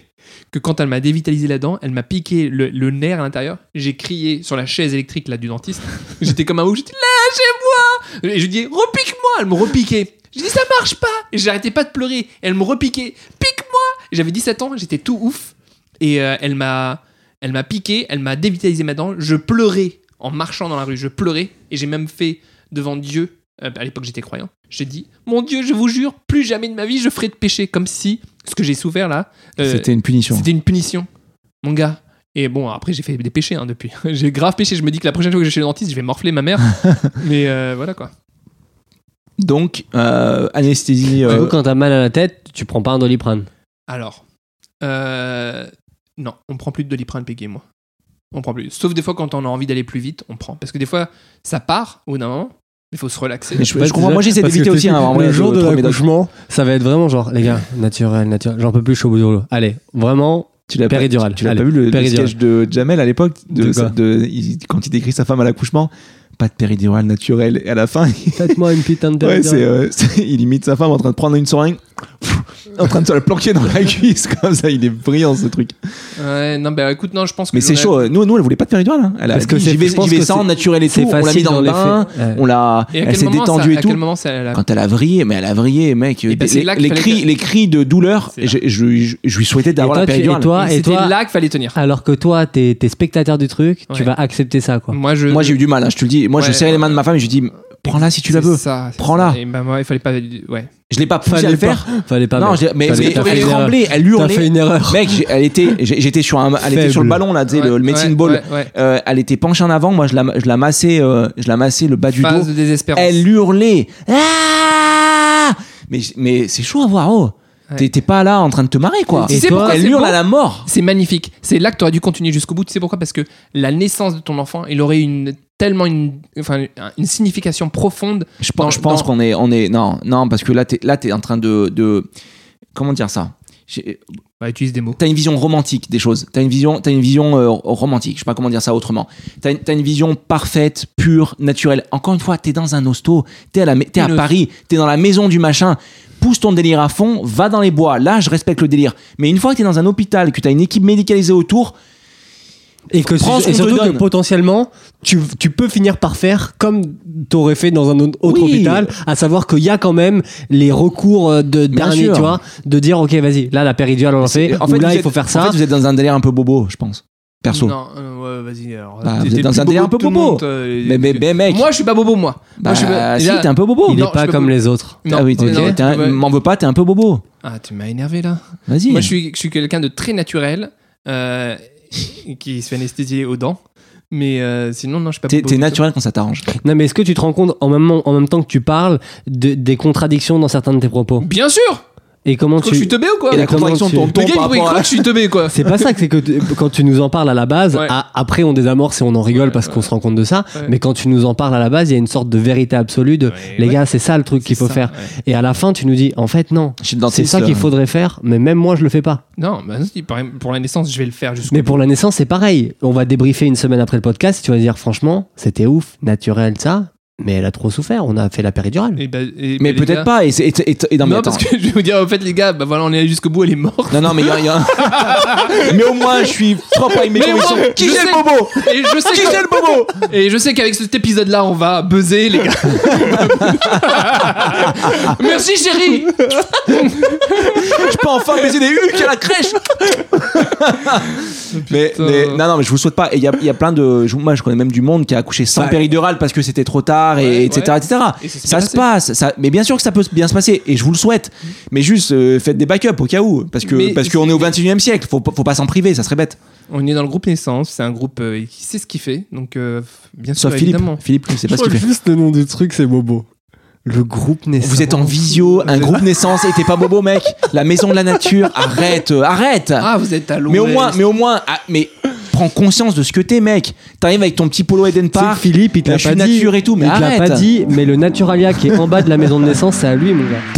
[SPEAKER 2] que quand elle m'a dévitalisé la dent, elle m'a piqué le, le nerf à l'intérieur. J'ai crié sur la chaise électrique là du dentiste. J'étais comme un ouf, j'étais lâchez-moi Et je lui dis repique-moi Elle me repiquait. J'ai dit ça marche pas Et j'arrêtais pas de pleurer. Elle me repiquait Pique-moi J'avais 17 ans, j'étais tout ouf. Et euh, elle m'a. Elle m'a piqué, elle m'a dévitalisé ma dent. Je pleurais en marchant dans la rue, je pleurais et j'ai même fait devant Dieu. euh, à l'époque, j'étais croyant. J'ai dit, mon Dieu, je vous jure, plus jamais de ma vie je ferai de péché. Comme si ce que j'ai souffert là, euh,
[SPEAKER 1] C'était une punition.
[SPEAKER 2] c'était une punition, mon gars. Et bon, après, j'ai fait des péchés hein, depuis. j'ai grave péché. Je me dis que la prochaine fois que je vais chez le dentiste, je vais morfler ma mère. Mais euh, voilà quoi.
[SPEAKER 1] Donc, euh, anesthésie.
[SPEAKER 7] Du
[SPEAKER 1] euh,
[SPEAKER 7] coup, Bah, quand t'as mal à la tête, tu prends pas un doliprane.
[SPEAKER 2] Alors, euh, non, on prend plus de doliprane, Peggy et moi. On prend plus. Sauf des fois quand on a envie d'aller plus vite, on prend. Parce que des fois, ça part au bout d'un moment. Il faut se relaxer.
[SPEAKER 1] mais je, je comprends. Moi, j'essaie d'éviter aussi. hein, vraiment,
[SPEAKER 7] le jour
[SPEAKER 1] le
[SPEAKER 7] de
[SPEAKER 1] premier doc.
[SPEAKER 7] l'accouchement, ça va être vraiment genre, les gars, naturel, naturel. J'en peux plus, je suis au bout du rouleau. Allez, vraiment.
[SPEAKER 1] Tu l'as
[SPEAKER 7] Péridurale.
[SPEAKER 1] Tu, tu l'as
[SPEAKER 7] Allez,
[SPEAKER 1] pas vu le, le
[SPEAKER 7] péridurale.
[SPEAKER 1] sketch de Jamel à l'époque de,
[SPEAKER 7] De quoi
[SPEAKER 1] de- il- quand il décrit sa femme à l'accouchement. Pas de péridurale naturelle. Et à la fin, il-
[SPEAKER 7] Faites-moi une putain de
[SPEAKER 1] ouais,
[SPEAKER 7] péridurale.
[SPEAKER 1] c'est, euh, c'est- il imite sa femme en train de prendre une seringue, en train de se la planquer dans la cuisse comme ça. Il est brillant ce truc.
[SPEAKER 2] Ouais, non, bah écoute, non, je pense que.
[SPEAKER 1] Mais c'est
[SPEAKER 2] j'aurais-
[SPEAKER 1] chaud. euh, Nous, nous, elle voulait pas de péridurale. hein. Elle a
[SPEAKER 7] Parce que
[SPEAKER 1] dit,
[SPEAKER 7] c'est-
[SPEAKER 1] j'y vais,
[SPEAKER 7] je pense
[SPEAKER 1] j'y vais
[SPEAKER 7] que
[SPEAKER 1] sans
[SPEAKER 7] c'est-
[SPEAKER 1] naturel et tout.
[SPEAKER 7] C'est
[SPEAKER 1] On l'a mis
[SPEAKER 7] facile
[SPEAKER 1] dans le
[SPEAKER 7] les
[SPEAKER 1] bain.
[SPEAKER 7] faits. Ouais.
[SPEAKER 1] On l'a,
[SPEAKER 2] Et à
[SPEAKER 1] elle
[SPEAKER 2] quel
[SPEAKER 1] s'est
[SPEAKER 2] moment
[SPEAKER 1] détendue
[SPEAKER 2] ça,
[SPEAKER 1] et
[SPEAKER 2] à
[SPEAKER 1] tout.
[SPEAKER 2] quel moment ça, elle a-
[SPEAKER 1] Quand elle a vrillé, mais elle a vrillé, mec.
[SPEAKER 2] Ah. Et ben,
[SPEAKER 1] les,
[SPEAKER 2] c'est là qu'il
[SPEAKER 1] les
[SPEAKER 2] fallait
[SPEAKER 1] cris,
[SPEAKER 2] que-
[SPEAKER 1] les cris de douleur.
[SPEAKER 2] C'est là.
[SPEAKER 1] Je, je- je lui souhaitais d'avoir
[SPEAKER 7] Et
[SPEAKER 1] la
[SPEAKER 7] toi, tu- et
[SPEAKER 1] péridurale.
[SPEAKER 7] toi,
[SPEAKER 2] C'était
[SPEAKER 7] toi-
[SPEAKER 2] là qu'il fallait
[SPEAKER 1] Ah.
[SPEAKER 2] tenir.
[SPEAKER 7] Alors que toi, t'es t'es spectateur du truc, tu
[SPEAKER 2] Ouais.
[SPEAKER 7] vas accepter ça, quoi.
[SPEAKER 2] Moi, je.
[SPEAKER 1] Moi, j'ai eu du mal. hein, je te le dis. Moi, je
[SPEAKER 2] Ouais,
[SPEAKER 1] serrais les mains de ma femme et je lui dis, prends-la si tu la
[SPEAKER 2] C'est
[SPEAKER 1] veux.
[SPEAKER 2] ça, c'est
[SPEAKER 1] Prends-la.
[SPEAKER 2] ça. Et bah, moi, il fallait pas. Ouais.
[SPEAKER 1] Je l'ai pas poussé à le faire.
[SPEAKER 7] Fallait pas.
[SPEAKER 1] Non,
[SPEAKER 7] mec.
[SPEAKER 1] je l'ai- mais,
[SPEAKER 7] Fallait-
[SPEAKER 1] mais-
[SPEAKER 7] t'as
[SPEAKER 1] elle
[SPEAKER 7] fait une erreur.
[SPEAKER 1] tremblait, elle
[SPEAKER 7] T'as fait
[SPEAKER 1] hurlait.
[SPEAKER 7] une erreur.
[SPEAKER 1] Mec, j'ai- elle était, j'ai- j'étais sur un, elle était
[SPEAKER 7] Faible.
[SPEAKER 1] sur le ballon là, tu sais, le,
[SPEAKER 2] Ouais,
[SPEAKER 1] le medicine
[SPEAKER 2] ouais,
[SPEAKER 1] ball.
[SPEAKER 2] ouais, ouais.
[SPEAKER 1] Euh, elle était penchée en avant. Moi, je la, je la massais, euh, je la massais le bas du
[SPEAKER 2] Phase
[SPEAKER 1] dos.
[SPEAKER 2] de désespérance.
[SPEAKER 1] Elle hurlait. Ah mais j- mais c'est chaud à voir. Oh,
[SPEAKER 2] Ouais.
[SPEAKER 1] T'es- t'es pas là en train de te marrer quoi.
[SPEAKER 2] Et tu sais
[SPEAKER 7] toi,
[SPEAKER 2] pourquoi
[SPEAKER 1] elle
[SPEAKER 2] c'est
[SPEAKER 1] hurle
[SPEAKER 2] beau
[SPEAKER 1] à la mort.
[SPEAKER 2] C'est magnifique. C'est là que tu aurais dû continuer jusqu'au bout. Tu sais pourquoi Parce que la naissance de ton enfant, il aurait une tellement une, enfin, une signification profonde.
[SPEAKER 1] Je pense,
[SPEAKER 2] Dans-
[SPEAKER 1] je pense
[SPEAKER 2] dans-
[SPEAKER 1] qu'on est, on est, non, non, parce que là, t'es, là, t'es en train de, de, comment dire ça J'ai-
[SPEAKER 2] Bah, utilise des mots.
[SPEAKER 1] T'as une vision romantique des choses. T'as une vision, t'as une vision euh, romantique. Je sais pas comment dire ça autrement. T'as une, t'as une vision parfaite, pure, naturelle. Encore une fois, t'es dans un hosto. T'es à la, ma- t'es à
[SPEAKER 2] Une-
[SPEAKER 1] Paris. T'es dans la maison du machin. Pousse ton délire à fond. Va dans les bois. Là, je respecte le délire. Mais une fois que t'es dans un hôpital, que t'as une équipe médicalisée autour,
[SPEAKER 7] Et, que,
[SPEAKER 1] Prends ce
[SPEAKER 7] et
[SPEAKER 1] qu'on te
[SPEAKER 7] surtout que
[SPEAKER 1] donne.
[SPEAKER 7] potentiellement, tu, tu peux finir par faire comme t'aurais fait dans un autre autre
[SPEAKER 1] Oui.
[SPEAKER 7] hôpital, à savoir qu'il y a quand même les recours euh, de
[SPEAKER 1] Bien
[SPEAKER 7] dernier,
[SPEAKER 1] sûr.
[SPEAKER 7] tu vois, de dire ok vas-y, là la péridurale on l'a fait, ou là
[SPEAKER 1] vous
[SPEAKER 7] il
[SPEAKER 1] êtes-
[SPEAKER 7] faut faire
[SPEAKER 1] en
[SPEAKER 7] ça.
[SPEAKER 1] fait, vous êtes dans un délire un peu bobo, je pense. Perso.
[SPEAKER 2] Non, euh, ouais, vas-y. alors,
[SPEAKER 1] Bah,
[SPEAKER 2] t'es-
[SPEAKER 1] vous
[SPEAKER 2] t'es
[SPEAKER 1] êtes dans
[SPEAKER 2] le plus
[SPEAKER 1] un délire
[SPEAKER 2] bobo
[SPEAKER 1] un peu
[SPEAKER 2] de tout le
[SPEAKER 1] bobo.
[SPEAKER 2] monde, euh,
[SPEAKER 1] Mais, mais, mais mec,
[SPEAKER 2] Moi, je suis pas bobo, moi.
[SPEAKER 1] bah,
[SPEAKER 2] moi je suis pas-
[SPEAKER 1] si,
[SPEAKER 2] là-
[SPEAKER 1] t'es un peu bobo.
[SPEAKER 7] il
[SPEAKER 2] non,
[SPEAKER 7] n'est pas
[SPEAKER 2] je peux
[SPEAKER 7] comme
[SPEAKER 2] pas-
[SPEAKER 7] les autres.
[SPEAKER 2] Non,
[SPEAKER 1] ah oui,
[SPEAKER 2] non,
[SPEAKER 1] t'es-
[SPEAKER 2] non,
[SPEAKER 1] t'es un-
[SPEAKER 2] ouais.
[SPEAKER 1] m'en veux pas, t'es un peu bobo.
[SPEAKER 2] Ah, tu m'as énervé là.
[SPEAKER 1] Vas-y.
[SPEAKER 2] Moi, je suis, je suis quelqu'un de très naturel euh, qui se fait anesthésier aux dents. Mais euh, sinon, non, je suis pas
[SPEAKER 1] T'es
[SPEAKER 2] bobo
[SPEAKER 1] t'es
[SPEAKER 2] du tout.
[SPEAKER 1] naturel quand ça t'arrange.
[SPEAKER 7] Non mais est-ce que tu te rends compte en même, moment- en même temps que tu parles de- des contradictions dans certains de tes propos
[SPEAKER 2] Bien sûr
[SPEAKER 7] Et comment
[SPEAKER 2] Tu crois que je suis
[SPEAKER 7] tu...
[SPEAKER 2] teubé ou quoi
[SPEAKER 1] Et la
[SPEAKER 2] Le
[SPEAKER 7] comment
[SPEAKER 1] contraction de
[SPEAKER 7] tu-
[SPEAKER 1] ton ton
[SPEAKER 2] gars, il
[SPEAKER 1] par
[SPEAKER 2] croit il
[SPEAKER 1] rapport à
[SPEAKER 2] croit que je suis teubé, quoi.
[SPEAKER 7] C'est pas ça que c'est que tu- quand tu nous en parles à la base,
[SPEAKER 2] Ouais.
[SPEAKER 7] à- après on désamorce et on en rigole parce qu'on se rend compte de ça,
[SPEAKER 2] Ouais.
[SPEAKER 7] mais quand tu nous en parles à la base, il y a une sorte de vérité absolue de
[SPEAKER 2] Ouais,
[SPEAKER 7] les
[SPEAKER 2] ouais.
[SPEAKER 7] gars, c'est ça le truc qu'il faut
[SPEAKER 2] ça,
[SPEAKER 7] faire.
[SPEAKER 2] ouais.
[SPEAKER 7] Et à la fin, tu nous dis, en fait, non.
[SPEAKER 1] Chez le dentiste,
[SPEAKER 7] C'est ça
[SPEAKER 1] euh,
[SPEAKER 7] qu'il faudrait faire, mais même moi, je le fais pas.
[SPEAKER 2] Non, bah, non, si, par exemple, pour la naissance, je vais le faire jusqu'au
[SPEAKER 7] Mais pour la naissance, c'est pareil. On va débriefer une semaine après le podcast. Tu vas dire, franchement, c'était ouf, naturel, ça, mais elle a trop souffert. On a fait la péridurale.
[SPEAKER 2] Et bah- et-
[SPEAKER 1] Mais
[SPEAKER 2] bah, les
[SPEAKER 1] peut-être
[SPEAKER 2] gars-
[SPEAKER 1] pas. Et, c'est- et- et- et- non,
[SPEAKER 2] Non,
[SPEAKER 1] mais
[SPEAKER 2] parce
[SPEAKER 1] attends.
[SPEAKER 2] que je vais vous dire, en fait, les gars, bah voilà, on est allé jusqu'au bout, elle est morte.
[SPEAKER 1] Non, non, mais il y a. il y a- mais au moins, je suis trop pas avec mes
[SPEAKER 2] Mais moi,
[SPEAKER 1] convictions. Qui
[SPEAKER 2] je
[SPEAKER 1] c'est
[SPEAKER 2] sais-
[SPEAKER 1] le bobo
[SPEAKER 2] Et je sais
[SPEAKER 1] Qui
[SPEAKER 2] que-
[SPEAKER 1] c'est le bobo
[SPEAKER 2] Et je sais qu'avec cet épisode-là, on va buzzer, les gars. Merci, chérie.
[SPEAKER 1] Je peux enfin baiser des hucs à la crèche mais,
[SPEAKER 2] Putain.
[SPEAKER 1] mais- non, non, mais je vous souhaite pas. Et il y a, il y a plein de. je- moi, je connais même du monde qui a accouché sans péridurale parce que c'était trop tard, et,
[SPEAKER 2] Ouais,
[SPEAKER 1] etc.,
[SPEAKER 2] ouais.
[SPEAKER 1] etc.
[SPEAKER 2] Et ça s'est
[SPEAKER 1] ça
[SPEAKER 2] bien
[SPEAKER 1] se passe. Ça, mais bien sûr que ça peut bien se passer, et je vous le souhaite. Mais juste, euh, faites des backups au cas où, parce que
[SPEAKER 2] Mais-
[SPEAKER 1] parce qu'on est au 21 e siècle. Faut, pas- faut pas s'en priver, ça serait bête.
[SPEAKER 2] On est dans le groupe Naissance, c'est un groupe euh, qui sait ce qu'il fait, donc euh, bien sûr,
[SPEAKER 1] Sauf Philippe.
[SPEAKER 2] évidemment.
[SPEAKER 1] Philippe, c'est pas ce qu'il fait.
[SPEAKER 7] juste le nom du truc, c'est Bobo. Le groupe naissance.
[SPEAKER 1] Vous êtes en visio, un groupe naissance, et t'es pas bobo, mec. La maison de la nature, arrête, euh, arrête.
[SPEAKER 2] Ah, vous êtes à l'ouest.
[SPEAKER 1] mais au moins, mais au moins, ah, mais prends conscience de ce que t'es, mec. T'arrives avec ton petit polo Eden
[SPEAKER 7] Tu sais que
[SPEAKER 1] Park.
[SPEAKER 7] Philippe, il te
[SPEAKER 1] Euh,
[SPEAKER 7] l'a
[SPEAKER 1] je
[SPEAKER 7] pas
[SPEAKER 1] suis
[SPEAKER 7] dit.
[SPEAKER 1] nature et tout, mais
[SPEAKER 7] il te l'a
[SPEAKER 1] arrête.
[SPEAKER 7] pas dit, mais le Naturalia qui est en bas de la maison de naissance, c'est à lui, mon gars.